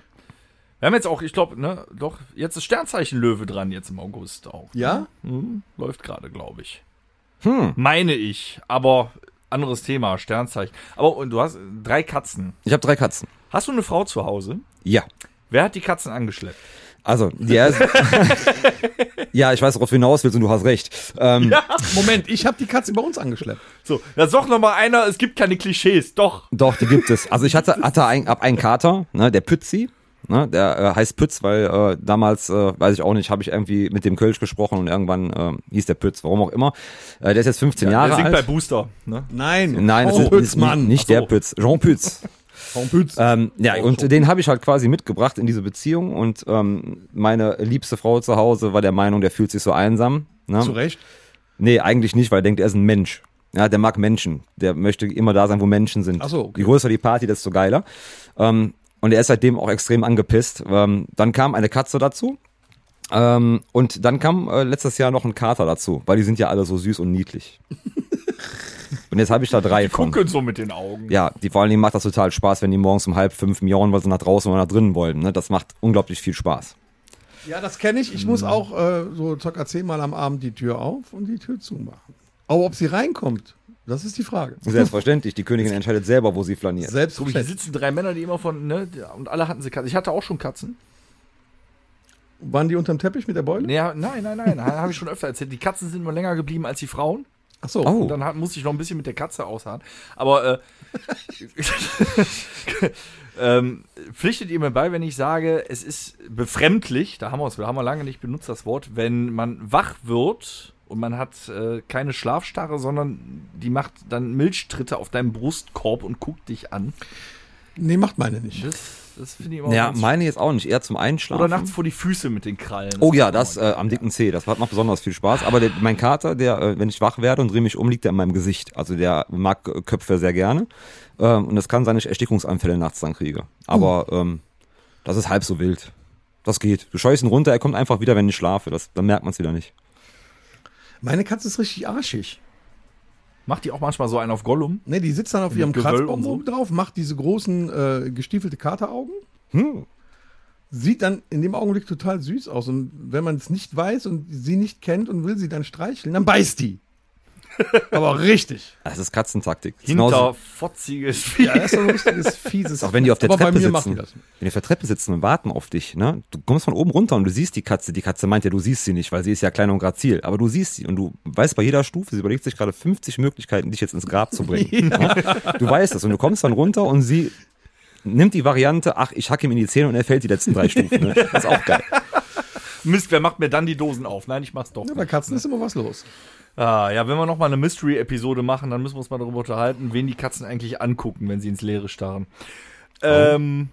Wir haben jetzt auch, ich glaube, ne, doch, jetzt ist Sternzeichen Löwe dran, jetzt im August auch.
Ja?
Läuft gerade, glaube ich. Meine ich, aber anderes Thema, Sternzeichen. Aber und du hast äh, drei Katzen.
Ich habe drei Katzen.
Hast du eine Frau zu Hause?
Ja.
Wer hat die Katzen angeschleppt?
Also, die erste. ja, ich weiß, worauf du hinaus willst und du hast recht. Ähm,
Moment, ich habe die Katze bei uns angeschleppt.
So, das ist doch nochmal einer, es gibt keine Klischees, doch.
Doch, die gibt es. Also ich hatte, hatte ein, hab einen Kater, ne, der Pützi. Ne, der äh, heißt Pütz, weil äh, damals, äh, weiß ich auch nicht, habe ich irgendwie mit dem Kölsch gesprochen und irgendwann äh, hieß der Pütz, warum auch immer. Äh, der ist jetzt 15 Jahre
Der singt
alt.
bei Booster. Ne?
Nein.
Nein, das
Frau
ist, ist
Pützmann.
nicht
Ach
der Pütz, Jean Pütz.
so, Frau Pütz.
Ähm, ja, und den habe ich halt quasi mitgebracht in diese Beziehung und ähm, meine liebste Frau zu Hause war der Meinung, der fühlt sich so einsam.
Zu
Ne?
Recht.
Nee, eigentlich nicht, weil er denkt, er ist ein Mensch. Ja, der mag Menschen. Der möchte immer da sein, wo Menschen sind.
Ach so, okay.
Je größer die Party, desto geiler. Ähm, und er ist seitdem auch extrem angepisst. Ähm, dann kam eine Katze dazu. Ähm, und dann kam äh, letztes Jahr noch ein Kater dazu, weil die sind ja alle so süß und niedlich. und jetzt habe ich da drei von.
Gucken so mit den Augen.
Ja, die, vor allen Dingen macht das total Spaß, wenn die morgens um halb fünf miauen, weil sie nach draußen oder nach drinnen wollen. Ne? Das macht unglaublich viel Spaß.
Ja, das kenne ich. Ich muss auch äh, so circa zehnmal am Abend die Tür auf und die Tür zumachen. Aber ob sie reinkommt, das ist die Frage.
Selbstverständlich, die Königin entscheidet selber, wo sie flaniert.
Selbst
Guck, mal, hier sitzen drei Männer, die immer von, ne, und alle hatten sie Katzen. Ich hatte auch schon Katzen.
waren die unterm Teppich mit der Beule?
Nee, ha- nein, nein, nein, habe ich schon öfter erzählt. Die Katzen sind immer länger geblieben als die Frauen.
Ach so.
Oh.
Und dann hat, musste ich noch ein bisschen mit der Katze ausharren. Aber äh, ähm, pflichtet ihr mir bei, wenn ich sage, es ist befremdlich, da haben wir es, wir haben wir lange nicht benutzt, das Wort, wenn man wach wird und man hat äh, keine Schlafstarre, sondern die macht dann Milchtritte auf deinem Brustkorb und guckt dich an.
Nee, macht meine nicht.
Das, das finde ich immer
Ja,
ganz-
meine jetzt auch nicht. Eher zum Einschlafen.
Oder nachts vor die Füße mit den Krallen.
Oh ja, das äh, am dicken Zeh, das macht macht besonders viel Spaß. Aber der, mein Kater, der, äh, wenn ich wach werde und drehe mich um, liegt er in meinem Gesicht. Also der mag äh, Köpfe sehr gerne. Ähm, und das kann sein, dass ich Erstickungsanfälle nachts dann kriege. Aber ähm, das ist halb so wild. Das geht. Du scheust ihn runter, er kommt einfach wieder, wenn ich schlafe. Das, dann merkt man es wieder nicht.
Meine Katze ist richtig arschig.
Macht die auch manchmal so einen auf Gollum?
Ne, die sitzt dann auf
Mit
ihrem
Gewölb
Kratzbaum
und so.
oben drauf, macht diese großen äh, gestiefelte Kateraugen.
Hm.
Sieht dann in dem Augenblick total süß aus. Und wenn man es nicht weiß und sie nicht kennt und will sie dann streicheln, dann beißt die. Aber richtig.
Das ist Katzentaktik. Das ist genauso-
Hinterfotziges
Ja, das ist so ein richtiges, fieses.
Auch wenn die auf der
Aber
Treppe
bei mir machen
sitzen.
die
Wenn
das.
die auf der Treppe sitzen und warten auf dich, ne? Du kommst von oben runter und du siehst die Katze. Die Katze meint ja, du siehst sie nicht, weil sie ist ja klein und grazil. Aber du siehst sie und du weißt bei jeder Stufe, sie überlegt sich gerade 50 Möglichkeiten, dich jetzt ins Grab zu bringen. ne? Du weißt das und du kommst dann runter und sie nimmt die Variante, ach, ich hacke ihm in die Zähne und er fällt die letzten drei Stufen. Ne? Das ist auch geil.
Mist, wer macht mir dann die Dosen auf? Nein, ich mach's doch.
Ja, bei Katzen ist immer was los.
Ah, ja, wenn wir nochmal eine Mystery-Episode machen, dann müssen wir uns mal darüber unterhalten, wen die Katzen eigentlich angucken, wenn sie ins Leere starren.
Oh.
Ähm,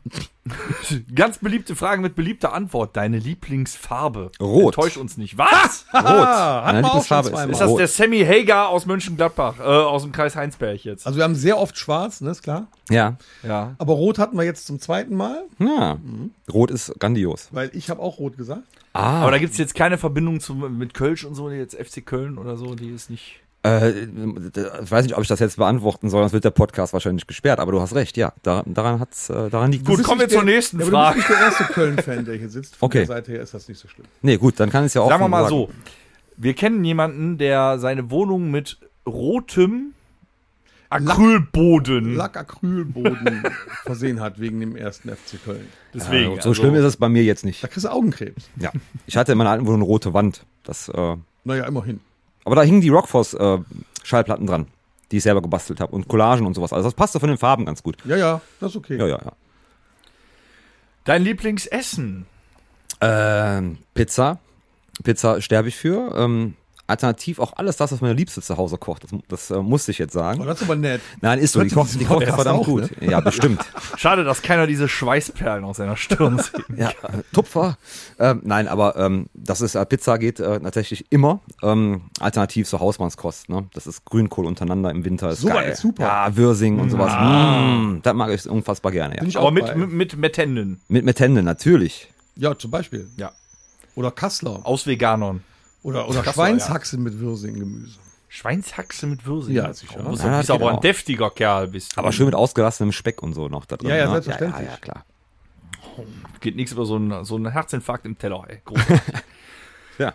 ganz beliebte Frage mit beliebter Antwort. Deine Lieblingsfarbe.
Rot.
Enttäusch uns nicht. Was?
Ah, hatten
Meine
wir auch schon
Lieblingsfarbe
zweimal.
Ist das
Rot.
der Sammy Hager aus Mönchengladbach, äh, aus dem Kreis Heinsberg jetzt?
Also wir haben sehr oft schwarz, ne, ist klar.
Ja.
ja.
Aber rot hatten wir jetzt zum zweiten Mal,
ja.
Mhm.
Rot ist grandios.
weil ich habe auch rot gesagt.
Ah,
Aber da gibt's jetzt keine Verbindung zu, mit Kölsch und so, die jetzt FC Köln oder so, die ist nicht.
Äh, ich weiß nicht, ob ich das jetzt beantworten soll, sonst wird der Podcast wahrscheinlich gesperrt, aber du hast recht, ja. Da, daran hat's, äh, daran liegt
Gut,
es.
kommen wir
nicht
zur
der-
nächsten
Ja, aber du bist
Frage.
nicht der erste Köln-Fan, der hier sitzt. Von
Okay.
der Seite her ist das nicht so schlimm.
Nee, gut, dann kann es ja auch.
Sagen wir mal so. Wir kennen jemanden, der seine Wohnung mit rotem Acrylboden.
Lackacrylboden versehen hat wegen dem ersten FC Köln.
Deswegen.
Äh,
also-
so schlimm ist es bei mir jetzt
Da
nicht.
kriegst du Augenkrebs.
Ja. Ich hatte in meiner alten Wohnung eine rote Wand. Das, äh,
Naja, immerhin.
aber da hingen die Rockforce-Schallplatten dran, die ich selber gebastelt habe und Collagen und sowas. Also das passte von den Farben ganz gut.
Ja, ja, das ist okay.
Ja, ja, ja.
Dein Lieblingsessen.
Ähm, Pizza. Pizza sterbe ich für. Ähm, alternativ auch alles das, was meine Liebste zu Hause kocht. Das, das äh, musste ich jetzt
Oh,
sagen.
das ist aber nett.
Nein, ist so. Die kocht, die kocht
Podcast
verdammt
ne?
auch,
gut. Ja, bestimmt.
Schade, dass keiner diese Schweißperlen aus seiner Stirn sieht.
Ja, äh, Tupfer. Ähm, nein, aber ähm, dass es äh, Pizza geht äh, tatsächlich immer. Ähm, alternativ zur Hausmannskost. Ne? Das ist Grünkohl untereinander im Winter. Ist
So was
geil.
ist super. Ah.
Ja, Würsing und sowas. Mm, das mag ich unfassbar gerne. Ja.
Bin ich auch
Aber mit,
bei.
mit, mit Metenden.
Mit Metende natürlich.
ja, zum Beispiel.
Ja.
Oder Kassler.
Aus Veganern.
Oder, oder
Kassler,
Schweinshaxe mit Würsinggemüse.
Schweinshaxe mit Würsing.
Ja, genau. sicher.
Du bist,
Ja,
ja,
das
bist aber
geht
ein
auch.
deftiger Kerl, bist du.
Aber schön mit ausgelassenem Speck und so noch da drin.
Ja, ja,
ne?
selbstverständlich.
Ja, ja, ja klar.
Geht nichts über so einen, so einen Herzinfarkt im Teller, ey. Großartig.
Ja.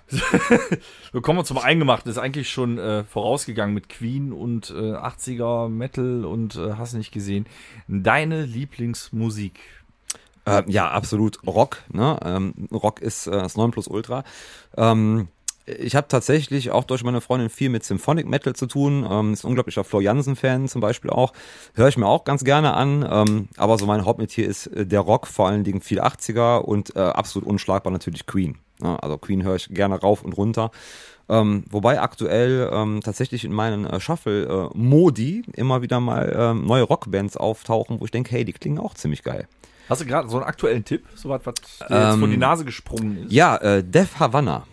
Wir kommen zum Eingemachten. Ist eigentlich schon äh, vorausgegangen mit Queen und äh, 80er Metal und äh, hast nicht gesehen. Deine Lieblingsmusik.
Ähm, ja, absolut Rock. Ne? Ähm, Rock ist äh, das 9 plus Ultra. Ähm, ich habe tatsächlich auch durch meine Freundin viel mit Symphonic Metal zu tun. Ähm, ist ein unglaublicher Flo Jansen-Fan zum Beispiel auch. Höre ich mir auch ganz gerne an. Ähm, aber so mein Hauptmetier ist äh, der Rock, vor allen Dingen viel 80er und äh, absolut unschlagbar natürlich Queen. Ne? Also Queen höre ich gerne rauf und runter. Ähm, wobei aktuell ähm, tatsächlich in meinen äh, Shuffle-Modi immer wieder mal ähm, neue Rockbands auftauchen, wo ich denke, hey, die klingen auch ziemlich geil.
Hast du gerade so einen aktuellen Tipp, so was, was dir jetzt
Ähm,
vor die Nase gesprungen ist?
Ja, äh, Def Havana.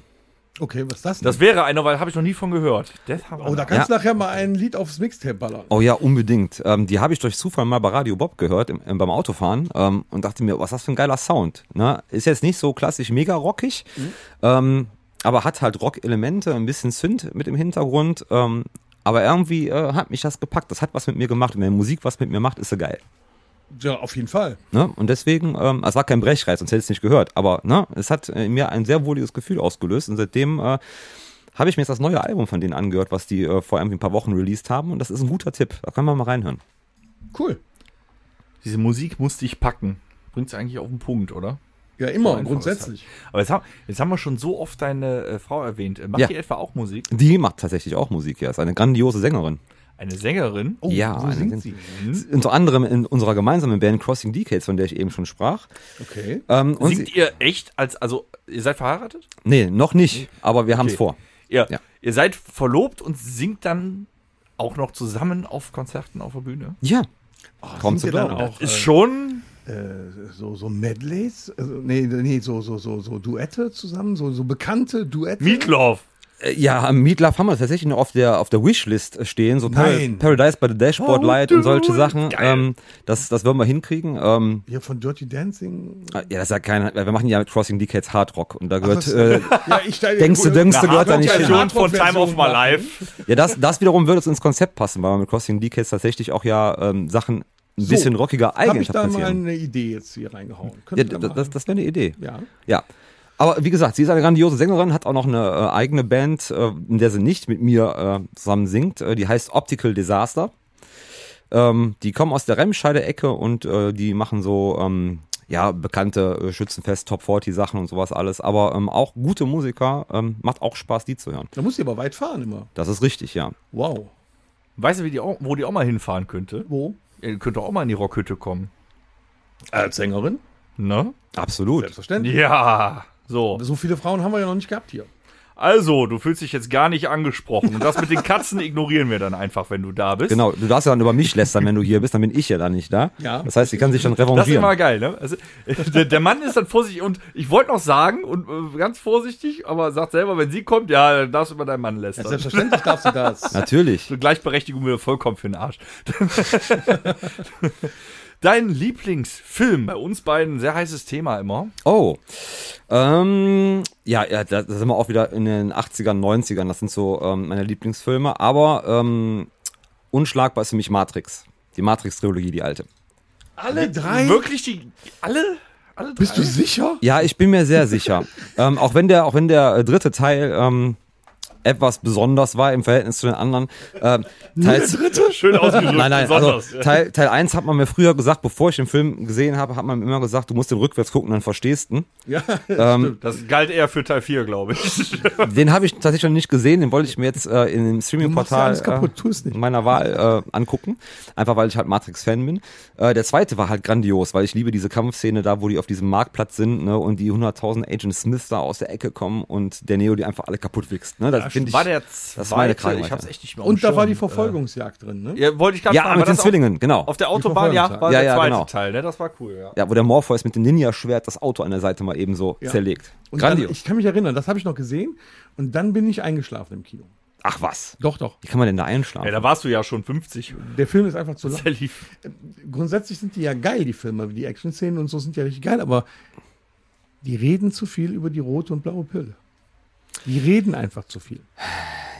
Okay, was ist das denn?
Das wäre einer, weil habe ich noch nie von gehört. Death Hammer.
oh, da kannst
Ja.
du nachher mal ein Lied aufs Mixtape ballern.
Oh ja, unbedingt. Ähm, die habe ich durch Zufall mal bei Radio Bob gehört im, im, beim Autofahren ähm, und dachte mir, was ist das für ein geiler Sound. Ne? Ist jetzt nicht so klassisch mega rockig, ähm, aber hat halt Rock-Elemente, ein bisschen Synth mit im Hintergrund. Ähm, aber irgendwie äh, hat mich das gepackt. Das hat was mit mir gemacht. Und wenn Musik was mit mir macht, ist sie geil.
Ja, auf jeden Fall.
Ne? Und deswegen, ähm, es war kein Brechreiz, sonst hätte ich es nicht gehört. Aber ne, es hat äh, in mir ein sehr wohliges Gefühl ausgelöst. Und seitdem äh, habe ich mir jetzt das neue Album von denen angehört, was die äh, vor irgendwie ein paar Wochen released haben. Und das ist ein guter Tipp. Da kann man mal reinhören.
Cool.
Diese Musik musste ich packen. Bringt's eigentlich auf den Punkt, oder?
Ja, immer,
einfach
grundsätzlich.
Aber jetzt haben, jetzt haben wir schon so oft deine äh, Frau erwähnt. Äh, Macht
Ja.
die etwa auch Musik?
Die macht tatsächlich auch Musik, ja. Ist eine grandiose Sängerin.
Eine Sängerin?
Oh,
ja,
so
eine Mhm.
singt
Sängerin.
sie.
Mhm.
Unter anderem in unserer gemeinsamen Band Crossing Decades, von der ich eben schon sprach.
Okay.
Ähm, und
Singt
sie,
ihr echt als, also, ihr seid verheiratet?
nee, noch nicht, aber wir haben es
Okay.
vor.
Ihr,
Ja.
ihr seid verlobt und Oh, singt dann auch noch zusammen auf Konzerten auf der Bühne.
Ja, Kaum
Sind
zu
ihr dann
glauben.
auch
Ist schon.
äh, so, so Medleys? Also, nee, nee, so, so, so, so Duette zusammen, so, so bekannte Duette.
Meatloaf.
Äh, Ja, Meatloaf haben wir tatsächlich noch auf der, auf der Wishlist stehen. So Par
Nein.
Paradise by the Dashboard
Oh,
Light und
dude.
solche Sachen. Ähm, das, das werden wir hinkriegen. Ähm,
Hier von Dirty Dancing.
ja, das ist ja kein, wir machen ja mit Crossing Decades Hard Rock und da gehört,
das-
äh,
Ja, ich
Denkst du, denkst du, gehört da nicht hin.
Version von Time of My Life.
ja, das, das wiederum würde uns ins Konzept passen, weil wir mit Crossing Decades tatsächlich auch ja ähm, Sachen ein bisschen rockiger
Habe ich
eigentlich
da mal
platzieren.
eine Idee jetzt hier reingehauen?
Ja,
Könnt ihr
das,
machen?
das, das wäre eine Idee.
ja.
Ja. Aber wie gesagt, sie ist eine grandiose Sängerin, hat auch noch eine äh, eigene Band, äh, in der sie nicht mit mir äh, zusammen singt. Äh, die heißt Optical Disaster. Ähm, die kommen aus der Remscheide-Ecke und äh, die machen so ähm, ja bekannte äh, Schützenfest, Top 40 Sachen und sowas alles. Aber ähm, auch gute Musiker, ähm, macht auch Spaß, die zu hören.
Da muss ich aber weit fahren immer.
Das ist richtig, ja.
Wow.
Weißt du, wie die auch, wo die auch mal hinfahren könnte?
Wo?
Ihr könnt doch auch mal in die Rockhütte kommen.
Als Sängerin?
Ne?
Absolut.
Selbstverständlich.
Ja. So.
So viele Frauen haben wir ja noch nicht gehabt hier.
Also, du fühlst dich jetzt gar nicht angesprochen. Und das mit den Katzen ignorieren wir dann einfach, wenn du da bist.
Genau, du darfst ja dann über mich lästern, wenn du hier bist, dann bin ich ja dann nicht da.
Ja.
Das heißt, sie kann sich dann
Das ist
revanchieren.
immer geil, ne? Also, der, der Mann ist dann vorsichtig und ich wollte noch sagen, und äh, ganz vorsichtig, aber sagt selber, wenn sie kommt, ja, dann darfst du über deinen Mann
Ja,
lästern.
selbstverständlich darf sie das.
Natürlich.
So Gleichberechtigung wäre vollkommen für den Arsch. Dein Lieblingsfilm, bei uns beiden sehr heißes Thema immer.
Oh. Ähm, ja, ja, da da sind wir auch wieder in den 80ern, 90ern. Das sind so ähm, meine Lieblingsfilme. Aber ähm, unschlagbar ist für mich Matrix. Die Matrix-Trilogie, die alte.
Alle drei?
Wirklich die alle alle drei?
Bist du sicher?
Ja, ich bin mir sehr sicher. ähm, auch, wenn der, auch wenn der äh, dritte Teil ähm, etwas besonders war im Verhältnis zu den anderen. Ähm, Teil,
schön ausgedrückt?
Nein, nein,
besonders.
also Teil, Teil 1 hat man mir früher gesagt, bevor ich den Film gesehen habe, hat man mir immer gesagt, du musst den rückwärts gucken, dann verstehst du ihn.
Ja.
das galt eher für Teil 4, glaube ich.
Den habe ich tatsächlich noch nicht gesehen, den wollte ich mir jetzt äh, in dem
machst ja
Streaming-Portal
alles kaputt, tu es
äh,
nicht.
meiner Wahl äh, angucken. Einfach weil ich halt Matrix-Fan bin. Äh, der zweite war halt grandios, weil ich liebe diese Kampfszene da, wo die auf diesem Marktplatz sind ne, und die 100.000 Agent Smith da aus der Ecke kommen und der Neo die einfach alle kaputt wichst. Ne? Das finde ich. das war eine Krankheit.
ich hab's echt nicht mehr
Und da war die Verfolgungsjagd drin, ne?
äh, Ja, wollte ich gerade
ja,
fragen,
mit
war
den
das auch-
Zwillingen, genau.
Auf der Autobahn, ja, war
Ja,
der
ja,
zweite
genau.
Teil, ne? Das war cool, ja.
ja, wo der Morpheus mit dem Ninja-Schwert das Auto an der Seite mal eben so
Ja.
zerlegt.
Und dann,
Grandios.
ich kann mich erinnern, das habe ich noch gesehen. Und dann bin ich eingeschlafen im Kino.
Ach was.
Doch, doch.
Wie kann man denn da einschlafen?
Ey, da warst du ja schon 50.
Der Film ist einfach zu lang.
Der lief.
Grundsätzlich sind die ja geil, die Filme. Die Action-Szenen und so sind ja richtig geil, aber die reden zu viel über die rote und blaue Pille. Die reden einfach zu viel.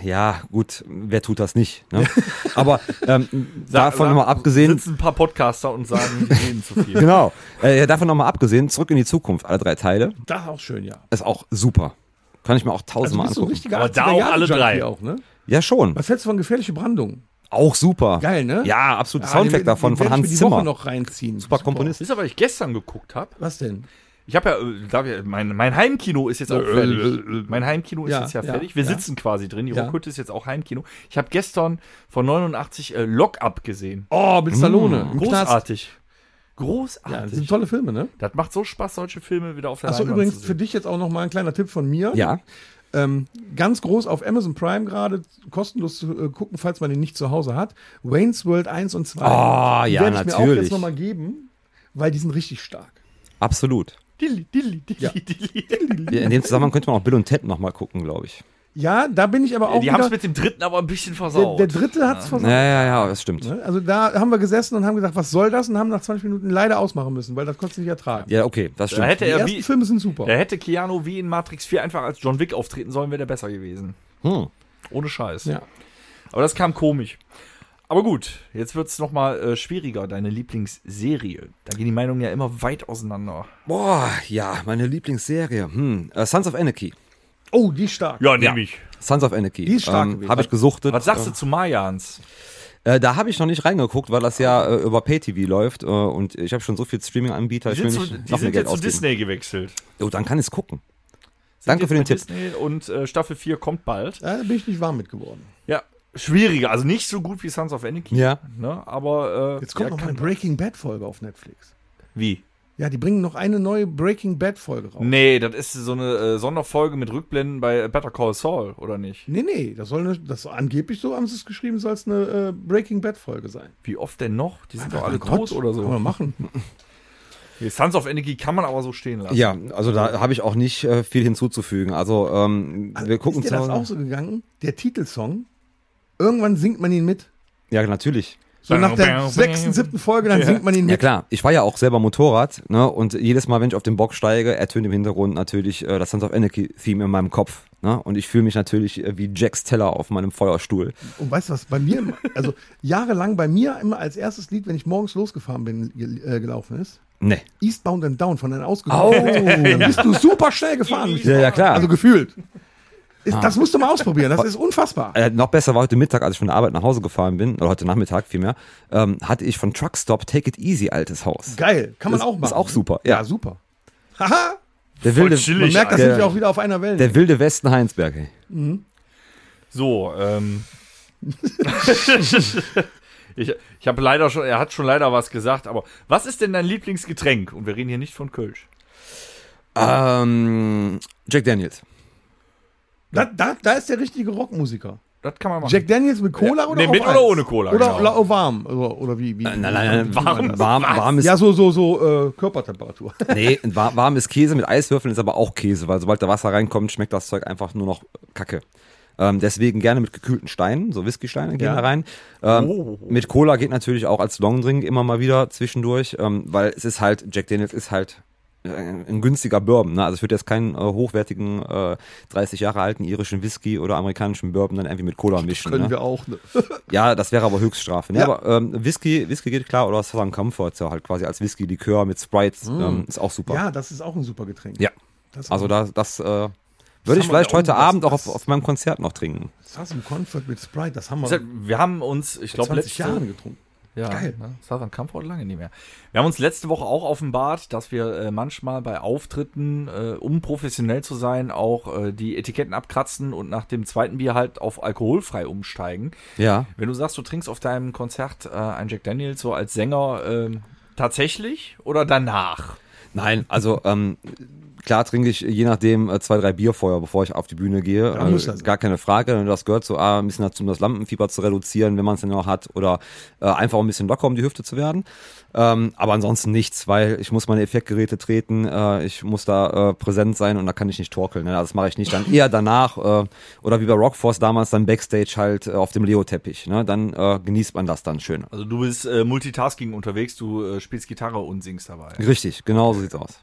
ja, gut, wer tut das nicht? Ne? Aber ähm, davon
sag-
nochmal abgesehen,
Sitzen ein paar Podcaster und sagen, die reden zu viel.
Genau. Äh, ja, davon nochmal abgesehen, zurück in die Zukunft, alle drei Teile.
Das ist auch schön, ja. Also
Ist auch super. Kann ich mir auch tausendmal
bist du ein
angucken.
richtiger
Aber da auch alle
80er-Jahre-Junkie
drei.
Auch, ne?
Ja, schon.
Was hältst du von gefährliche Brandung?
Auch super.
Geil, ne?
Ja, absolut.
Ah,
Soundtrack
den-
davon
den
von
werd ich mir
Hans
die
Zimmer.
Woche noch reinziehen.
Super Komponist.
Wisst ihr, was ich gestern geguckt habe?
Was denn?
Ich habe ja, äh, darf ich, mein, mein Heimkino ist jetzt auch
Äh, äh,
fertig.
äh,
Mein Heimkino ist
Ja,
jetzt ja,
ja,
fertig. Wir
ja.
sitzen quasi drin. Die
Ja.
Rockhütte ist jetzt auch Heimkino. Ich habe gestern von 89 äh, Lock-Up gesehen.
Oh, mit Stallone.
Mm,
im Knast.
Großartig.
Ja, das
Großartig.
sind tolle Filme, ne?
das macht so Spaß, solche Filme wieder auf der
Achso,
Leinwand
übrigens
zu
für
sehen.
dich jetzt auch nochmal ein kleiner Tipp von mir.
Ja.
Ähm, ganz groß auf Amazon Prime gerade, kostenlos zu äh, gucken, falls man den nicht zu Hause hat. Wayne's World 1 und 2.
Ah,
Die
ja,
werd ich mir auch
natürlich.
jetzt nochmal geben, weil die sind richtig stark.
Absolut.
Dilli, dilli, dilli,
Ja.
dilli.
Ja, In dem Zusammenhang könnte man auch Bill und Ted nochmal gucken, glaube ich.
Ja, da bin ich aber auch
Die haben
wieder...
es mit dem dritten aber ein bisschen
der,
versaut.
der dritte hat's
Ja,
versaut.
ja, ja, das stimmt.
Also- ne? Also da haben wir gesessen und haben gesagt, was soll das? Und haben nach 20 Minuten leider ausmachen müssen, weil das konntest du nicht ertragen.
Ja, okay, das
da
stimmt.
hätte
Die
er
ersten
wie,
Filme sind super.
da hätte Keanu wie in Matrix 4 einfach als John Wick auftreten sollen, wäre der besser gewesen.
Hm.
Ohne Scheiß.
Ja.
Aber das kam komisch. Aber gut, jetzt wird's noch mal äh, schwieriger, deine Lieblingsserie. Da gehen die Meinungen ja immer weit auseinander.
Boah, ja, meine Lieblingsserie. Hm. Äh, Sons of Anarchy.
Oh, die ist stark.
nehme ich.
Sons of Anarchy.
Die ist stark gewesen.
Habe ich gesuchtet.
Was sagst du zu Mayans?
Äh, da habe ich noch nicht reingeguckt, weil das ja äh, über Pay-TV läuft äh, und ich habe schon so viel Streaming-Anbieter, ich will
zu-
nicht noch mehr Geld ausgeben.
gewechselt. Sind
Oh, dann kann ich gucken. Danke
jetzt
für den
bei
Tipp.
Disney und äh, Staffel 4 kommt bald.
Da bin ich nicht warm mit geworden.
Ja, schwieriger. Also nicht so gut wie Sons of Anarchy.
Ja.
Ne? Aber äh,
Jetzt
ja,
kommt noch mal
kann-
eine Breaking Bad Folge auf Netflix.
Wie?
Ja, die bringen noch eine neue Breaking Bad Folge raus.
Nee, das ist so eine äh, Sonderfolge mit Rückblenden bei Better Call Saul, oder nicht?
Nee, nee, das soll eine, das angeblich so haben sie es geschrieben, soll es eine äh, Breaking Bad Folge sein.
Wie oft denn noch? Die sind doch alle
Mein Gott,
tot oder so.
Kann man machen.
Nee, Sons of Energy kann man aber so stehen lassen.
Ja, also da habe ich auch nicht äh, viel hinzuzufügen. Also ähm, wir gucken
ist dir das
zwar-
auch so gegangen? Der Titelsong, irgendwann singt man ihn mit.
Ja, natürlich.
So nach der sechsten, siebten Folge, dann singt man ihn
Ja
mit.
klar, ich fahre ja auch selber Motorrad, ne? Und jedes Mal, wenn ich auf den Bock steige, ertönt im Hintergrund natürlich äh, das Sons of Anarchy-Theme in meinem Kopf. Ne? Und ich fühle mich natürlich äh, wie Jack Steller auf meinem Feuerstuhl.
Und weißt du was, bei mir, immer- also jahrelang bei mir immer als erstes Lied, wenn ich morgens losgefahren bin, gel- äh, gelaufen ist,
Nee.
Eastbound and Down von einem ausgekommen. Dann bist du super schnell gefahren.
Oh, Ja, ja, klar. Ah.
Also gefühlt. Ist, Das musst du mal ausprobieren, das ist unfassbar.
Äh, noch besser war heute Mittag, als ich von der Arbeit nach Hause gefahren bin, oder heute Nachmittag vielmehr, ähm, hatte ich von Truckstop Take It Easy altes Haus.
Geil, kann man
Ist-
auch machen. ne?
ist auch super,
Ja,
ja.
super. Haha,
Der wilde,
chillig,
man merkt, da sind
der,
wir auch wieder auf einer Welt.
der wilde Westen Heinsberg. Ey.
So, ähm. ich ich habe leider schon, er hat schon leider was gesagt, aber was ist denn dein Lieblingsgetränk? Und wir reden hier nicht von Kölsch.
Ähm, Jack Daniels.
Da, da, da ist der richtige Rockmusiker.
Das kann man machen.
Jack Daniels mit Cola
Ja,
oder
nee, mit
auf
oder
Eis?
ohne Cola,
Oder
genau.
la- oh, warm. Oder, oder wie, wie?
warm, warm, warm ist
Ja, so, so, so äh, Körpertemperatur.
Nee, ein war- warm ist Käse mit Eiswürfeln ist aber auch Käse, weil sobald da Wasser reinkommt, schmeckt das Zeug einfach nur noch Kacke. Ähm, deswegen gerne mit gekühlten Steinen, so Whiskysteine gehen
Ja.
da rein. Ähm, Mit Cola geht natürlich auch als Longdrink immer mal wieder zwischendurch, ähm, weil es ist halt, Jack Daniels ist halt äh, ein günstiger Bourbon. Ne? Also ich würde jetzt keinen äh, hochwertigen, äh, 30 Jahre alten irischen Whisky oder amerikanischen Bourbon dann irgendwie mit Cola mischen.
Können
ne?
wir auch. Ne?
Ja, das wäre aber Höchststrafe. Ne?
Ja.
Aber ähm, Whisky, Whisky geht klar oder Southern Comfort, ja, halt quasi als Whisky-Likör mit Sprite, ähm, ist auch super.
Mm. Ja, das ist auch ein super Getränk.
Ja.
Das
Also da, das äh, würde
haben
ich
wir
vielleicht
da
heute
oben, das-
Abend auch auf,
das-
auf meinem Konzert noch trinken.
Southern Comfort mit Sprite, das haben wir
Das heißt, Wir haben uns, ich
vor
glaube,
20
letzte,
Jahren getrunken.
Ja,
Geil.
ne? Southern Comfort lange nicht mehr. Wir haben uns letzte Woche auch offenbart, dass wir äh, manchmal bei Auftritten, äh, um professionell zu sein, auch äh, die Etiketten abkratzen und nach dem zweiten Bier halt auf alkoholfrei umsteigen.
Ja.
Wenn du sagst, du trinkst auf deinem Konzert äh, ein Jack Daniels so als Sänger, ähm, tatsächlich oder danach?
Nein, also ähm, klar trinke ich je nachdem äh, zwei, drei Bier vorher, bevor ich auf die Bühne gehe.
Ja, muss
äh,
das sein.
gar keine Frage. Und Das gehört so ah, ein bisschen dazu, um das Lampenfieber zu reduzieren, wenn man es denn noch hat. Oder äh, einfach ein bisschen locker, um die Hüfte zu werden. Ähm, aber ansonsten nichts, weil ich muss meine Effektgeräte treten, äh, ich muss da äh, präsent sein und da kann ich nicht torkeln. Ne? Also Das mache ich nicht. Dann eher danach äh, oder wie bei Rockforce damals dann Backstage halt äh, auf dem Leo-Teppich. Ne? Dann äh, genießt man das dann schön.
Also du bist äh, Multitasking unterwegs, du äh, spielst Gitarre und singst dabei.
Richtig, genau so sieht's aus.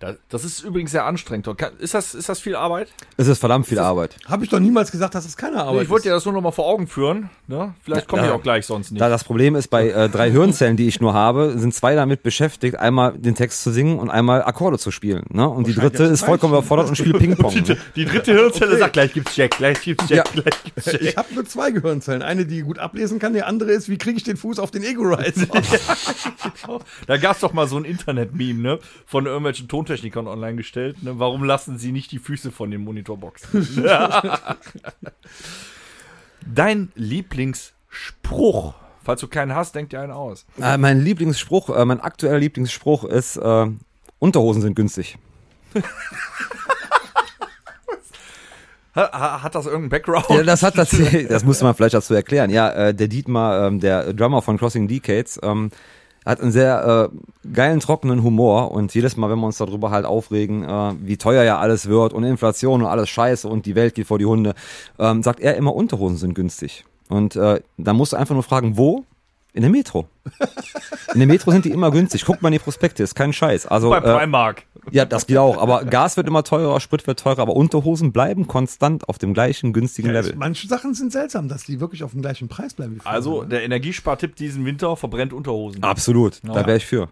Das, das ist übrigens sehr anstrengend. Und kann- Ist das, ist das viel Arbeit?
Es ist verdammt viel Arbeit.
Habe ich doch niemals gesagt, dass das keine Arbeit
ich wollte
ist.
dir das nur noch mal vor Augen führen. Ne? Vielleicht komme ich
ja.
auch gleich sonst nicht.
Da das Problem ist, bei äh, drei Hirnzellen, die ich nur habe, sind zwei damit beschäftigt, einmal den Text zu singen und einmal Akkorde zu spielen. Ne? Und die dritte ist vollkommen überfordert und spielt Ping-Pong. Ne?
Die dritte Hirnzelle sagt, gleich gibt's Jack, gleich gibt's Jack, gleich gibt's Jack.
Ich habe nur zwei Gehirnzellen. Eine, die gut ablesen kann, die andere ist, wie kriege ich den Fuß auf den Ego-Rise?
Da gab's doch mal so ein Internet-Meme, ne? Von irgendwelchen Tontechnikern online gestellt, ne? Warum lassen sie nicht die Füße von den Monitorboxen? Dein Lieblingsspruch. Falls du keinen hast, denk dir einen aus.
Äh, mein Lieblingsspruch, äh, mein aktueller Lieblingsspruch ist, äh, Unterhosen sind günstig.
Ha- ha- Hat das irgendeinen Background?
Ja, das hat tatsächlich, das musste man vielleicht dazu erklären. Ja, äh, der Dietmar, ähm, der Drummer von Crossing Decades, ähm, hat einen sehr äh, geilen, trockenen Humor und jedes Mal, wenn wir uns darüber halt aufregen, äh, wie teuer ja alles wird und Inflation und alles scheiße und die Welt geht vor die Hunde, ähm, sagt er immer, Unterhosen sind günstig. Und äh, da musst du einfach nur fragen, wo? In der Metro. In der Metro sind die immer günstig. Guckt mal in die Prospekte, ist kein Scheiß. Also,
Bei
äh,
Primark.
ja, das geht auch. Aber Gas wird immer teurer, Sprit wird teurer, aber Unterhosen bleiben konstant auf dem gleichen günstigen Level.
Manche Sachen sind seltsam, dass die wirklich auf dem gleichen Preis bleiben. Wie vorher,
Also,
ne?
Mhm.
der Energiespartipp diesen Winter verbrennt Unterhosen.
Absolut, da wäre ich für.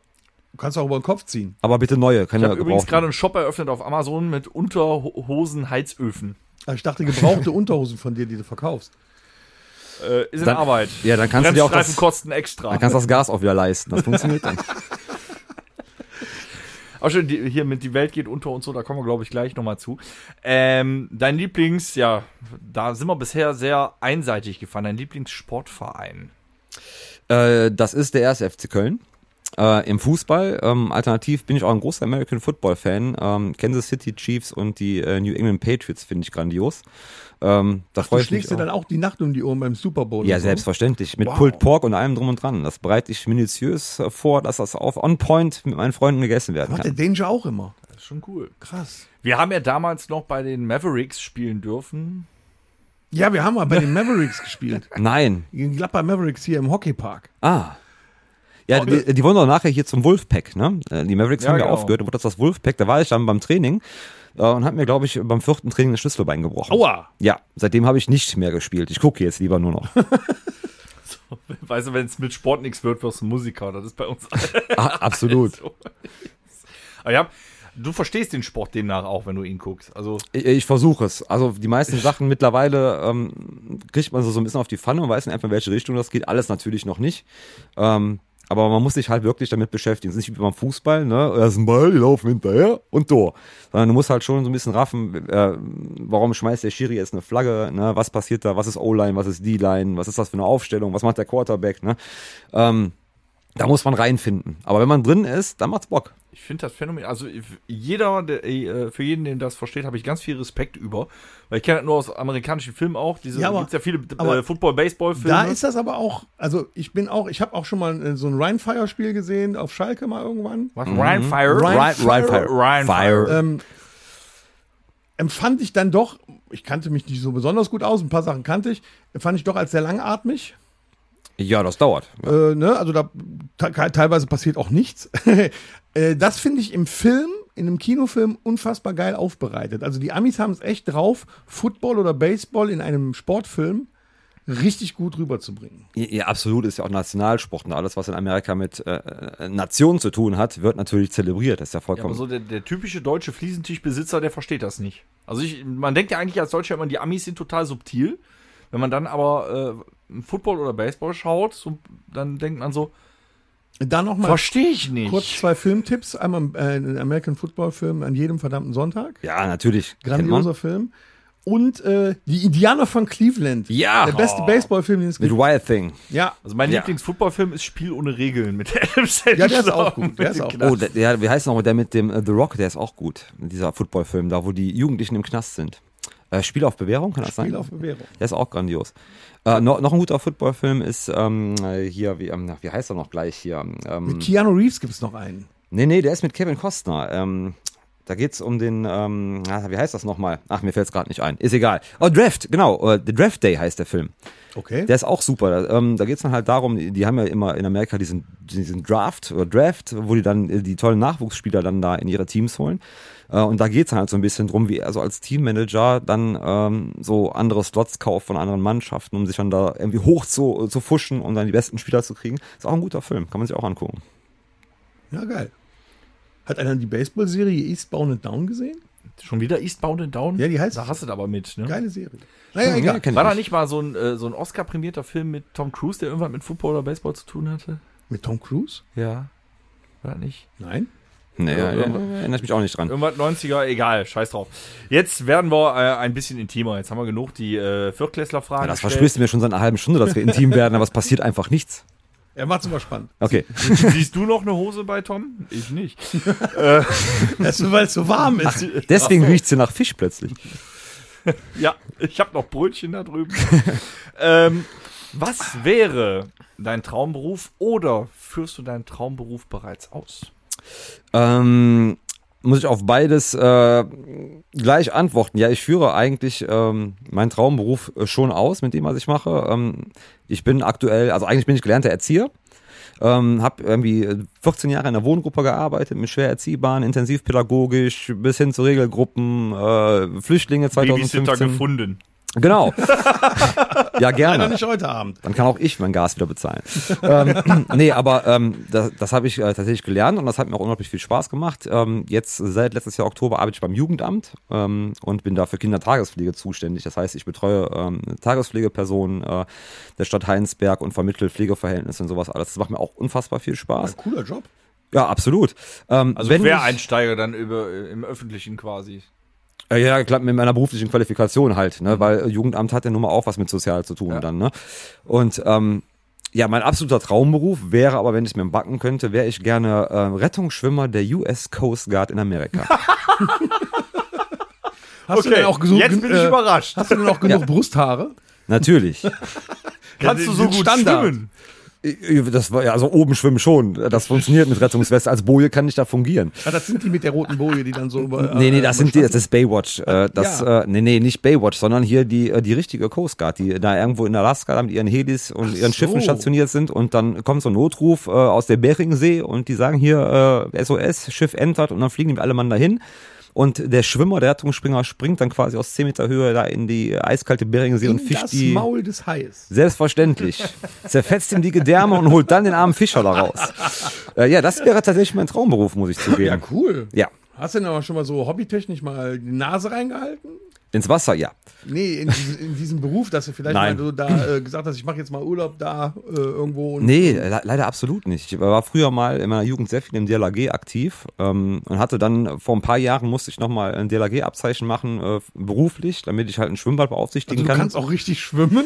du kannst auch über den Kopf ziehen.
Aber bitte neue,
Ich
keine
habe übrigens
gebrauchten.
gerade einen Shop eröffnet auf Amazon mit Unterhosen-Heizöfen.
Aber Ich dachte, gebrauchte Unterhosen von dir, die du verkaufst.
Äh, ist in
Dann-
Arbeit.
Ja, dann kannst du dir auch
Bremsstreifen
das,
kosten extra.
dann kannst du das Gas auch wieder leisten. Das funktioniert dann.
Auch schon die, hier mit die Welt geht unter und so, da kommen wir, glaube ich, gleich nochmal zu. Ähm, dein Lieblings, ja, da sind wir bisher sehr einseitig gefahren, dein Lieblingssportverein.
äh, das ist der erste FC Köln. äh, im Fußball. Ähm, alternativ bin ich auch ein großer American Football Fan. Ähm, Kansas City Chiefs und die äh, New England Patriots finde ich grandios. Ähm, da
Du
freue ich mich.
schlägst dir
auch.
dann auch die Nacht um die Ohren beim Super Bowl.
Ja,
und so.
selbstverständlich. Mit Pulled Pork und allem drum und dran. Das bereite ich minutiös äh, vor, dass das auf On Point mit meinen Freunden gegessen werden
Macht der
kann.
Danger auch immer.
Das ist schon cool.
Krass.
Wir haben ja damals noch bei den Mavericks spielen dürfen.
Ja, wir haben mal bei den Mavericks gespielt.
Nein.
Gegen Gladbach Mavericks hier im Hockeypark.
Ah. Ja, die, die wollen doch nachher hier zum Wolfpack, ne? Äh, Die Mavericks
Ja,
haben ja
genau.
aufgehört, dann wurde das das Wolfpack. Da war ich dann beim Training äh, und hab mir, glaube ich, beim vierten Training das Schlüsselbein gebrochen.
Aua.
Ja, seitdem habe ich nicht mehr gespielt. Ich gucke jetzt lieber nur noch.
Weißt du, wenn es mit Sport nichts wird, wirst du Musiker. Das ist bei uns
Ah, absolut.
so. Aber ja, du verstehst den Sport demnach auch, wenn du ihn guckst. Also
Ich, ich versuche es. Also die meisten Sachen mittlerweile ähm, kriegt man so, so ein bisschen auf die Pfanne und weiß nicht einfach, in welche Richtung das geht. Alles natürlich noch nicht. Ähm, aber man muss sich halt wirklich damit beschäftigen. Es ist nicht wie beim Fußball, ne? Das ist ein Ball, die laufen hinterher und Tor. Sondern du musst halt schon so ein bisschen raffen, äh, warum schmeißt der Schiri jetzt eine Flagge, ne? Was passiert da? Was ist O-Line? Was ist D-Line? Was ist das für eine Aufstellung? Was macht der Quarterback, ne? Ähm, da muss man reinfinden. Aber wenn man drin ist, dann macht's Bock.
ich finde das Phänomen, also jeder, der, äh, für jeden, der das versteht, habe ich ganz viel Respekt über. Weil ich kenne das nur aus amerikanischen Filmen auch. Diese,
Ja, aber-
gibt's ja viele äh,
aber-
Football-Baseball-Filme.
Da ist das aber auch, also ich bin auch, ich habe auch schon mal äh, so ein Rheinfire-Spiel gesehen auf Schalke mal irgendwann.
Was?
Mhm.
Ryan
Hm?
Fire?
Ryan Fire.
Ryan Fire.
Fire.
Ähm, empfand ich dann doch, ich kannte mich nicht so besonders gut aus, ein paar Sachen kannte ich, empfand ich doch als sehr langatmig.
Ja, das dauert.
Äh, ne? Also da te teilweise passiert auch nichts. äh, das finde ich im Film, in einem Kinofilm unfassbar geil aufbereitet. Also die Amis haben es echt drauf, Football oder Baseball in einem Sportfilm richtig gut rüberzubringen.
Ja, Ja, absolut ist ja auch Nationalsport und alles, was in Amerika mit äh, Nationen zu tun hat, wird natürlich zelebriert. Das ist ja
Ja, aber
vollkommen.
so also der, der typische deutsche Fliesentischbesitzer, der versteht das nicht. Also ich, man denkt ja eigentlich als Deutscher immer, die Amis sind total subtil. Wenn man dann aber äh, Football oder Baseball schaut, so, dann denkt man so,
Dann nochmal
verstehe ich nicht.
kurz zwei Filmtipps. Einmal äh, einen American Football Film an jedem verdammten Sonntag.
ja, natürlich. Kennt man.
Grandioser Film. Und äh, die Indianer von Cleveland.
Ja.
Der beste Baseballfilm, den es
Mit
gibt.
Wild Thing.
Ja.
Also mein
Ja.
Lieblingsfußballfilm ist Spiel ohne Regeln mit Adam Sandler. Genau.
Ja, der ist auch gut. Der ist auch
Oh, der, der, wie heißt nochmal der mit dem äh, The Rock? Der ist auch gut. Dieser Footballfilm, da wo die Jugendlichen im Knast sind. Äh, Spiel auf Bewährung, kann das
Spiel
sein?
auf Bewährung.
der ist auch grandios. Äh, no, noch ein guter Footballfilm ist ähm, äh, hier, wie, ähm, na, wie heißt er noch gleich hier? Ähm,
Mit Keanu Reeves gibt es noch einen.
nee, nee, der ist mit Kevin Costner. Ähm, da geht's um den, ähm, ah, wie heißt das nochmal? Ach, mir fällt's gerade nicht ein. Ist egal. Oh, Draft, genau. äh, The Draft Day heißt der Film.
Okay.
Der ist auch super. Da, ähm, da geht es dann halt darum, die, die haben ja immer in Amerika diesen, diesen Draft oder Draft, wo die dann äh, die tollen Nachwuchsspieler dann da in ihre Teams holen. Äh, und da geht es halt so ein bisschen drum, wie er so als Teammanager dann ähm, so andere Slots kauft von anderen Mannschaften, um sich dann da irgendwie hoch zu, zu fuschen, um dann die besten Spieler zu kriegen. Ist auch ein guter Film, kann man sich auch angucken.
Ja, geil. Hat einer die Baseball-Serie Eastbound and Down gesehen?
Schon wieder Eastbound and Down?
Ja, die heißt
Da
so.
hast du da aber mit, ne?
Geile Serie. Naja, egal.
kenn
War
ich.
da nicht mal so ein, äh, so ein Oscar-prämierter Film mit Tom Cruise, der irgendwann mit Football oder Baseball zu tun hatte?
Mit Tom Cruise?
Ja. War das nicht?
Nein.
Nee, ja,
Ja,
erinnere ich mich auch nicht dran.
Irgendwas 90er, egal, scheiß drauf. Jetzt werden wir äh, ein bisschen intimer. Jetzt haben wir genug die äh, Viertklässler-Fragen.
Ja, das
gestellt.
versprichst du mir schon seit einer halben Stunde, dass wir intim werden, aber es passiert einfach nichts.
Er macht's immer spannend.
Okay.
Siehst du noch eine Hose bei Tom? Ich nicht.
Das ist, weil es so warm ist.
Deswegen riecht's hier nach Fisch plötzlich.
Ja, ich habe noch Brötchen da drüben. ähm, was wäre dein Traumberuf oder führst du deinen Traumberuf bereits aus?
Ähm, muss ich auf beides äh, gleich antworten? Ja, ich führe eigentlich ähm, meinen Traumberuf äh, schon aus mit dem, was ich mache. Ähm, ich bin aktuell, also eigentlich bin ich gelernter Erzieher. Ähm, habe irgendwie äh, 14 Jahre in der Wohngruppe gearbeitet, mit schwer erziehbaren, intensivpädagogisch, bis hin zu Regelgruppen, äh, Flüchtlinge 2015.
gefunden.
Genau. ja, gerne.
Leider nicht heute Abend.
Dann kann auch ich mein Gas wieder bezahlen. ähm, nee, aber ähm, das, das habe ich äh, tatsächlich gelernt und das hat mir auch unglaublich viel Spaß gemacht. Ähm, jetzt seit letztes Jahr Oktober arbeite ich beim Jugendamt ähm, und bin da für Kindertagespflege zuständig. Das heißt, ich betreue ähm, Tagespflegepersonen äh, der Stadt Heinsberg und vermittle Pflegeverhältnisse und sowas alles. Das macht mir auch unfassbar viel Spaß.
Ein cooler Job.
Ja, absolut. Ähm,
Also
wenn ich-
Quereinsteiger dann über, äh, im Öffentlichen quasi.
Ja, Äh, Ja, klar, mit meiner beruflichen Qualifikation halt, ne? Weil Jugendamt hat ja nun mal auch was mit Sozial zu tun dann, ne? Und ähm, Ja, mein absoluter Traumberuf wäre aber, wenn ich mir backen könnte, wäre ich gerne ähm, Rettungsschwimmer der US Coast Guard in Amerika.
Hast du denn auch genug,
jetzt bin ich
äh,
überrascht.
Hast du denn auch genug Brusthaare?
Natürlich.
Kannst du so
sind
gut
Standard.
schwimmen?
Das war ja, also oben schwimmen schon. Das funktioniert mit Rettungsweste. Als Boje kann ich da fungieren.
Ah, das sind die mit der roten Boje, die dann so über.
Nee, nee,
äh, Ah,
das sind die, das ist Baywatch. Äh, das,
Ja.
äh, nee, nee, nicht Baywatch, sondern hier die, äh, die richtige Coast Guard, die da irgendwo in Alaska da mit ihren Helis und ihren Schiffen
so.
stationiert sind und dann kommt so ein Notruf äh, aus der Beringsee und die sagen hier äh, SOS, Schiff entert und dann fliegen die alle Mann dahin. Und der Schwimmer, der Rettungsspringer, springt dann quasi aus 10 Meter Höhe da in die eiskalte Beringsee und
in
fischt
das
die.
Maul des Hais.
Selbstverständlich. Zerfetzt ihm die Gedärme und holt dann den armen Fischer daraus. Äh, ja, das wäre tatsächlich mein Traumberuf, muss ich zugeben.
Ja, cool.
Ja.
Hast du denn aber schon mal so hobbytechnisch mal die Nase reingehalten?
Ins Wasser, ja.
Nee, in, diesen, in diesem Beruf, dass du vielleicht
Nein.
mal so da äh, gesagt hast, ich mache jetzt mal Urlaub da äh, irgendwo. Und
Nee, le leider absolut nicht. Ich war früher mal in meiner Jugend sehr viel im DLAG aktiv ähm, und hatte dann vor ein paar Jahren musste ich nochmal ein DLAG-Abzeichen machen, äh, beruflich, damit ich halt ein Schwimmbad
also,
beaufsichtigen
du
kann.
kannst auch richtig schwimmen.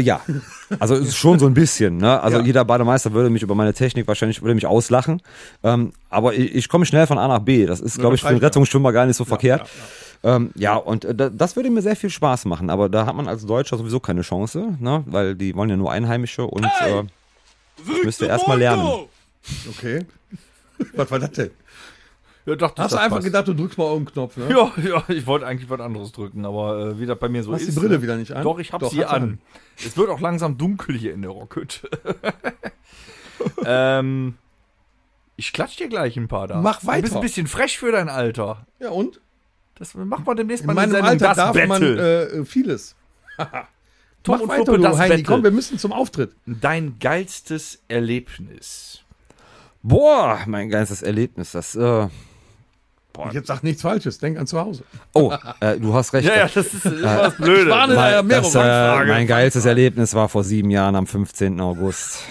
ja, also es ist schon so ein bisschen. Ne? Also
Ja.
jeder Bademeister würde mich über meine Technik wahrscheinlich würde mich auslachen. Ähm, aber ich, ich komme schnell von A nach B. Das ist, glaube
das
ich, für einen
reicht ja.
Rettungsschwimmer gar nicht so verkehrt. Ja, Ähm, ja und äh, da- das würde mir sehr viel Spaß machen. Aber da hat man als Deutscher sowieso keine Chance, ne? weil die wollen ja nur Einheimische und äh, ich müsste erstmal lernen.
Okay. Was war das denn?
Ja, dachte,
Hast
das
du einfach
passt.
gedacht, du drückst mal irgendeinen Knopf, ne?
Ja, ja, ich wollte eigentlich was anderes drücken, aber äh, wie das bei mir so
Hast die
ist.
Brille wieder nicht an?
Doch, ich hab
Doch,
sie
hat sie
an.
an.
Es wird auch langsam dunkel hier in der Rockhütte. ähm, ich klatsch dir gleich ein paar da.
Mach
Du bist
weiter.
ein bisschen frech für dein Alter.
Ja, und?
Das machen wir demnächst
In
mal eine
meinem
Sendung,
Alter
das
darf
Battle.
man äh, vieles.
Tom
Mach
und
weiter,
Fluppe,
du
das
oh, Heini.
Battle.
Komm, wir müssen zum Auftritt.
Dein geilstes Erlebnis.
Boah, mein ganzes Erlebnis, das. Äh,
Jetzt sag nichts Falsches, denk an zu Hause.
oh, äh, du hast recht.
Ja, ja, das
äh,
ist immer das Blöde.
war eine-
Mein,
mehrere
das, äh,
Rückfragen.
mein geilstes Erlebnis war vor sieben Jahren am 15. August.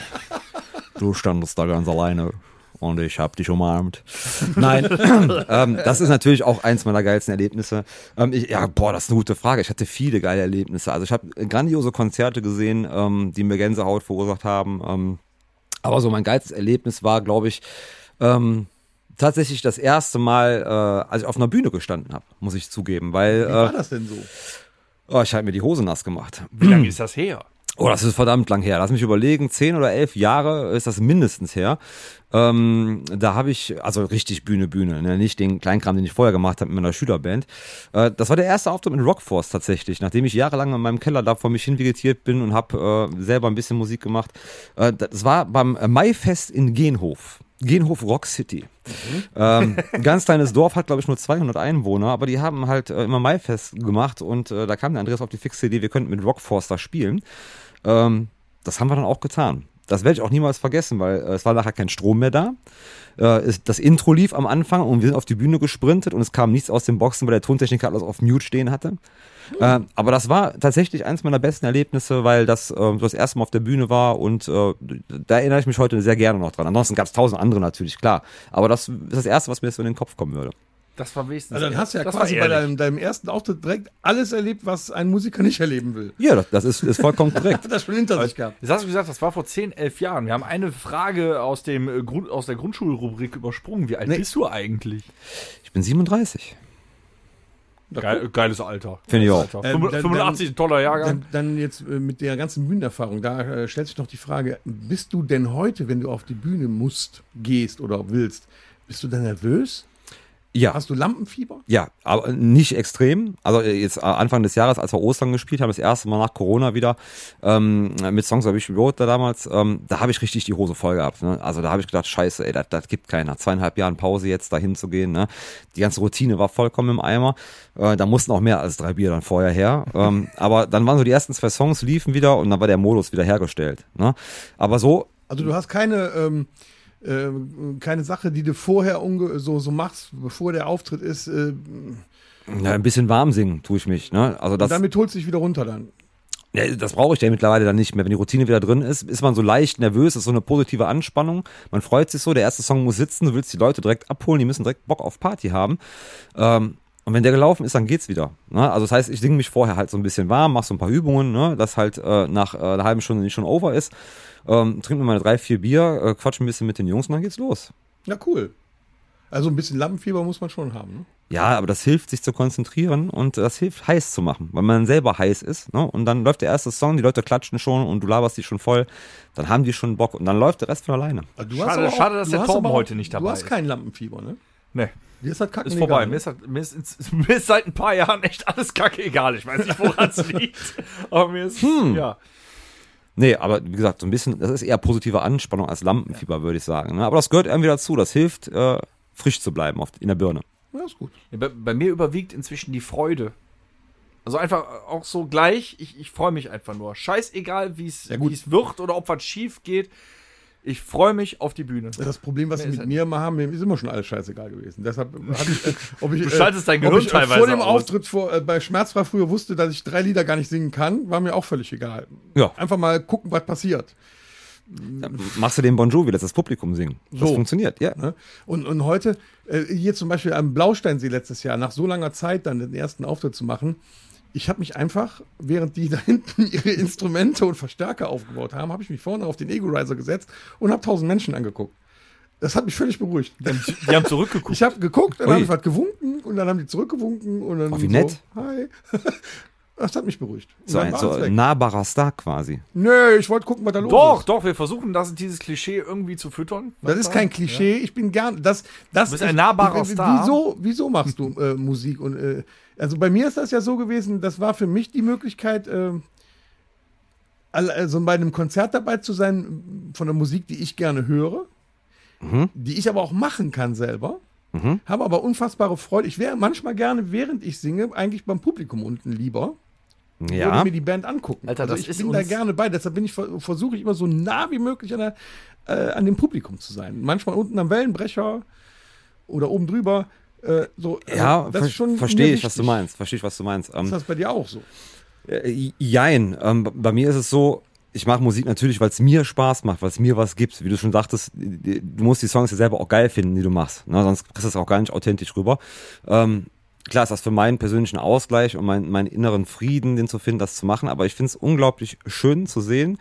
Du standest da ganz alleine und ich hab dich umarmt. Nein, ähm, das ist natürlich auch eins meiner geilsten Erlebnisse. Ähm, ich, ja, boah, das ist eine gute Frage. Ich hatte viele geile Erlebnisse. Also ich habe grandiose Konzerte gesehen, ähm, die mir Gänsehaut verursacht haben. Ähm, aber so mein geilstes Erlebnis war, glaube ich, ähm, tatsächlich das erste Mal, äh, als ich auf einer Bühne gestanden habe, muss ich zugeben, weil
Wie
äh,
war das denn so?
oh, ich habe mir die Hose nass gemacht.
Wie lange ist das her?
Oh, das ist verdammt lang her. Lass mich überlegen, zehn oder elf Jahre ist das mindestens her. Ähm, da habe ich, also richtig Bühne, Bühne, ne? nicht den Kleinkram, den ich vorher gemacht habe mit meiner Schülerband. Äh, das war der erste Auftritt mit Rockforce tatsächlich, nachdem ich jahrelang in meinem Keller da vor mich hin vegetiert bin und habe äh, selber ein bisschen Musik gemacht. Äh, das war beim äh, Maifest in Genhof. Genhof Rock City. Ähm, ganz kleines Dorf, hat glaube ich nur 200 Einwohner, aber die haben halt äh, immer Maifest gemacht und äh, da kam der Andreas auf die fixe Idee, wir könnten mit Rockforce da spielen. Ähm, das haben wir dann auch getan. Das werde ich auch niemals vergessen, weil äh, es war nachher kein Strom mehr da. Äh, es- das Intro lief am Anfang und wir sind auf die Bühne gesprintet und es kam nichts aus den Boxen, weil der Tontechniker alles auf Mute stehen hatte. Äh, aber das war tatsächlich eins meiner besten Erlebnisse, weil das äh, so das erste Mal auf der Bühne war und äh, da erinnere ich mich heute sehr gerne noch dran. Ansonsten gab es tausend andere natürlich, klar. Aber das ist das Erste, was mir jetzt so in den Kopf kommen würde.
Das war wenigstens.
Also dann hast du ja
das
quasi
war
bei
ehrlich.
deinem, deinem ersten Auftritt direkt alles erlebt, was ein Musiker nicht erleben will.
Ja, das, das ist, ist vollkommen korrekt.
Hat das schon hinter sich gehabt.
Jetzt hast du gesagt, das war vor 10, 11 Jahren. Wir haben eine Frage aus, dem, äh, Grund, aus der Grundschulrubrik übersprungen. Wie alt
Nee.
bist du eigentlich?
Ich bin 37.
Geil, geiles Alter.
Finde ich auch.
Alter.
Ähm, dann-
85, ein toller Jahrgang.
Dann, dann jetzt äh, mit der ganzen Bühnenerfahrung, da äh, stellt sich noch die Frage, bist du denn heute, wenn du auf die Bühne musst, gehst oder willst, bist du dann nervös?
Ja.
Hast du Lampenfieber?
Ja, aber nicht extrem. Also äh, jetzt äh, Anfang des Jahres, als wir Ostern gespielt haben, das erste Mal nach Corona wieder, ähm, mit Songs of Wish Road da damals, ähm, da habe ich richtig die Hose voll gehabt. Ne? Also da habe ich gedacht, scheiße, ey, das, das gibt keiner. Zweieinhalb Jahren Pause jetzt dahin zu gehen. Ne? Die ganze Routine war vollkommen im Eimer. Äh, da mussten auch mehr als drei Bier dann vorher her. Ähm, aber dann waren so die ersten zwei Songs, liefen wieder und dann war der Modus wieder hergestellt. Ne? Aber so,
Also du hast keine, ähm, ähm, keine Sache, die du vorher unge so, so machst, bevor der Auftritt ist, äh,
ja, ein bisschen warm singen tue ich mich. Ne? Also das,
und damit holst du dich wieder runter dann.
Ja, das brauche ich ja mittlerweile dann nicht mehr. Wenn die Routine wieder drin ist, ist man so leicht nervös, ist so eine positive Anspannung. Man freut sich so, der erste Song muss sitzen, du willst die Leute direkt abholen, die müssen direkt Bock auf Party haben. Ähm, Und wenn der gelaufen ist, dann geht's wieder. Ne? Also das heißt, ich dinge mich vorher halt so ein bisschen warm, mache so ein paar Übungen, ne? dass halt äh, nach äh, einer halben Stunde nicht schon over ist. Ähm, trink mir meine drei, vier Bier, äh, quatsch ein bisschen mit den Jungs und dann geht's los.
Na cool. Also ein bisschen Lampenfieber muss man schon haben. Ne?
Ja, aber das hilft, sich zu konzentrieren und das hilft, heiß zu machen, weil man selber heiß ist. Ne? Und dann läuft der erste Song, die Leute klatschen schon und du laberst die schon voll. Dann haben die schon Bock und dann läuft der Rest von alleine.
Also Du
Schade-
aber
schade, dass
du
der
hast
Torben
aber auch-
heute nicht dabei
Du hast
ist.
kein Lampenfieber, ne?
Nee,
Dir ist das Kacken
ist vorbei.
egal,
Mir
ne?
ist, halt- mir, ist, ins- mir ist seit ein paar Jahren echt alles kacke egal. Ich weiß nicht, woran es liegt. Aber mir ist,
Hm.
ja.
Nee, aber wie gesagt, so ein bisschen, das ist eher positive Anspannung als Lampenfieber, würde ich sagen. Ne? Aber das gehört irgendwie dazu. Das hilft, äh, frisch zu bleiben auf, in der Birne.
Ja, ist gut.
Ja, Bei, bei mir überwiegt inzwischen die Freude. Also einfach auch so gleich, ich, ich freue mich einfach nur. Scheißegal, wie es
Ja, gut.
wie es wird oder ob was schief geht. Ich freue mich auf die Bühne.
Das Problem, was
Mir
sie
ist
mit
halt-
mir immer haben, mir ist immer schon alles scheißegal gewesen. Deshalb hatte ich, äh, ob ich,
Du schaltest dein
ob
Gehirn
ich, äh,
teilweise
vor dem
aus.
Auftritt vor, äh, bei Schmerzfrei früher wusste, dass ich drei Lieder gar nicht singen kann, war mir auch völlig egal.
Ja.
Einfach mal gucken, was passiert.
Machst du den Bon Jovi, lass das Publikum singen. Das
So.
funktioniert, ja.
Ne? Und, und heute, äh, hier zum Beispiel am Blausteinsee letztes Jahr, nach so langer Zeit dann den ersten Auftritt zu machen, ich habe mich einfach, während die da hinten ihre Instrumente und Verstärker aufgebaut haben, habe ich mich vorne auf den Ego-Riser gesetzt und habe tausend Menschen angeguckt. Das hat mich völlig beruhigt.
Die haben zurückgeguckt.
Ich habe geguckt, dann
Ui.
habe ich was gewunken und dann haben die zurückgewunken und dann
Oh, wie nett.
so, hi. Das hat mich beruhigt. Und
So
dann
ein
war
so
alles
ein
weg.
nahbarer Star quasi.
Nö, ich wollte gucken, was da los
Doch,
ist.
doch, wir versuchen das, dieses Klischee irgendwie zu füttern.
Das ist kein Klischee, ich bin gern. Das, das
bist ein nahbarer
ich,
Star.
Wieso, wieso machst du äh, Musik? Und, äh, also bei mir ist das ja so gewesen, das war für mich die Möglichkeit, äh, all- also bei einem Konzert dabei zu sein, äh, von der Musik, die ich gerne höre,
Mhm.
die ich aber auch machen kann selber. Habe aber unfassbare Freude. Ich wäre manchmal gerne, während ich singe, eigentlich beim Publikum unten lieber. Würde
Ja.
mir die Band angucken. Also
Alter, das
ich
ist
bin da
uns-
gerne bei. Deshalb bin ich ver- versuche ich immer so nah wie möglich an, der, äh, an dem Publikum zu sein. Manchmal unten am Wellenbrecher oder oben drüber. Äh, so, äh,
Ja,
das
ver
ist schon
verstehe
mir
ich, was du
wichtig.
meinst. Verstehe ich, was du meinst. Ähm,
Ist das bei dir auch so?
Äh, jein. Ähm, b- bei mir ist es so, ich mache Musik natürlich, weil es mir Spaß macht, weil es mir was gibt. Wie du schon sagtest, die- du musst die Songs ja selber auch geil finden, die du machst. Ne? Sonst kriegst du es auch gar nicht authentisch rüber. Ähm, klar ist das für meinen persönlichen Ausgleich und mein, meinen inneren Frieden, den zu finden, das zu machen. Aber ich finde es unglaublich schön zu sehen,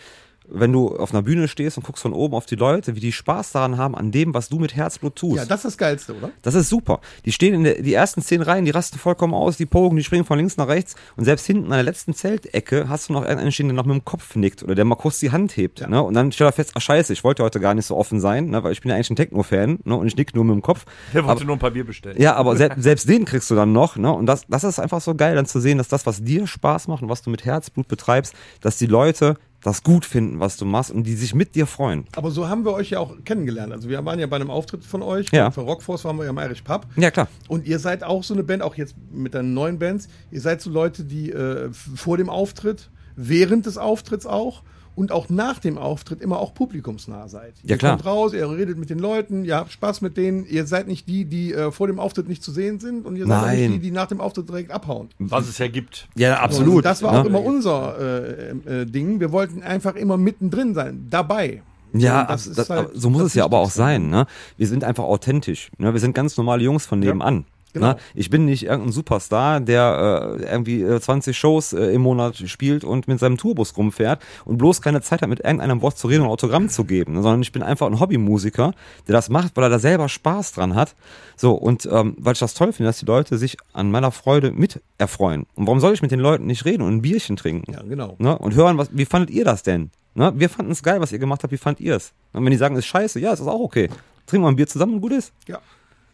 wenn du auf einer Bühne stehst und guckst von oben auf die Leute, wie die Spaß daran haben, an dem, was du mit Herzblut tust.
Ja, das ist das Geilste, oder?
Das ist super. Die stehen in der, die ersten zehn Reihen, die rasten vollkommen aus, die pogen, die springen von links nach rechts und selbst hinten an der letzten Zeltecke hast du noch einen stehen, der noch mit dem Kopf nickt oder der mal kurz die Hand hebt. Ne? Und dann stellt er fest, ach scheiße, ich wollte heute gar nicht so offen sein, ne? weil ich bin ja eigentlich ein Techno-Fan ne? und ich nick nur mit dem Kopf.
Der wollte nur ein paar Bier bestellen.
Ja, aber sel selbst den kriegst du dann noch, ne? Und das, das ist einfach so geil, dann zu sehen, dass das, was dir Spaß macht und was du mit Herzblut betreibst, dass die Leute das gut finden, was du machst und die sich mit dir freuen.
Aber so haben wir euch ja auch kennengelernt. Also wir waren ja bei einem Auftritt von euch,
Ja.
von Rockforce waren wir ja im Irish Pub.
Ja, klar.
Und ihr seid auch so eine Band, auch jetzt mit deinen neuen Bands, ihr seid so Leute, die äh, f- vor dem Auftritt, während des Auftritts auch und auch nach dem Auftritt immer auch publikumsnah seid.
Ja,
ihr
klar.
kommt raus, ihr redet mit den Leuten, ihr habt Spaß mit denen, ihr seid nicht die, die äh, vor dem Auftritt nicht zu sehen sind und ihr seid auch nicht
Nein.
die, die nach dem Auftritt direkt abhauen.
Was es ja gibt.
Ja,
Also das war auch
ne?
immer unser äh, äh, Ding. Wir wollten einfach immer mittendrin sein, dabei.
Ja,
Und das
ab-
ist
das,
halt
so muss
das
es ja aber auch
Wichtigste.
sein. Ne? Wir sind einfach authentisch. Ne? Wir sind ganz normale Jungs von nebenan.
genau.
Ne? Ich bin nicht irgendein Superstar, der äh, irgendwie äh, 20 Shows äh, im Monat spielt und mit seinem Tourbus rumfährt und bloß keine Zeit hat, mit irgendeinem Wort zu reden und Autogramm zu geben, ne? sondern ich bin einfach ein Hobbymusiker, der das macht, weil er da selber Spaß dran hat. So, und ähm, weil ich das toll finde, dass die Leute sich an meiner Freude mit erfreuen. Und warum soll ich mit den Leuten nicht reden und ein Bierchen trinken?
Ja, genau.
Ne? Und hören, was, wie fandet ihr das denn? Ne? Wir fanden es geil, was ihr gemacht habt, wie fandet ihr es? Und wenn die sagen, ist scheiße, ja, es ist auch okay. Trinken wir ein Bier zusammen und gut ist.
Ja.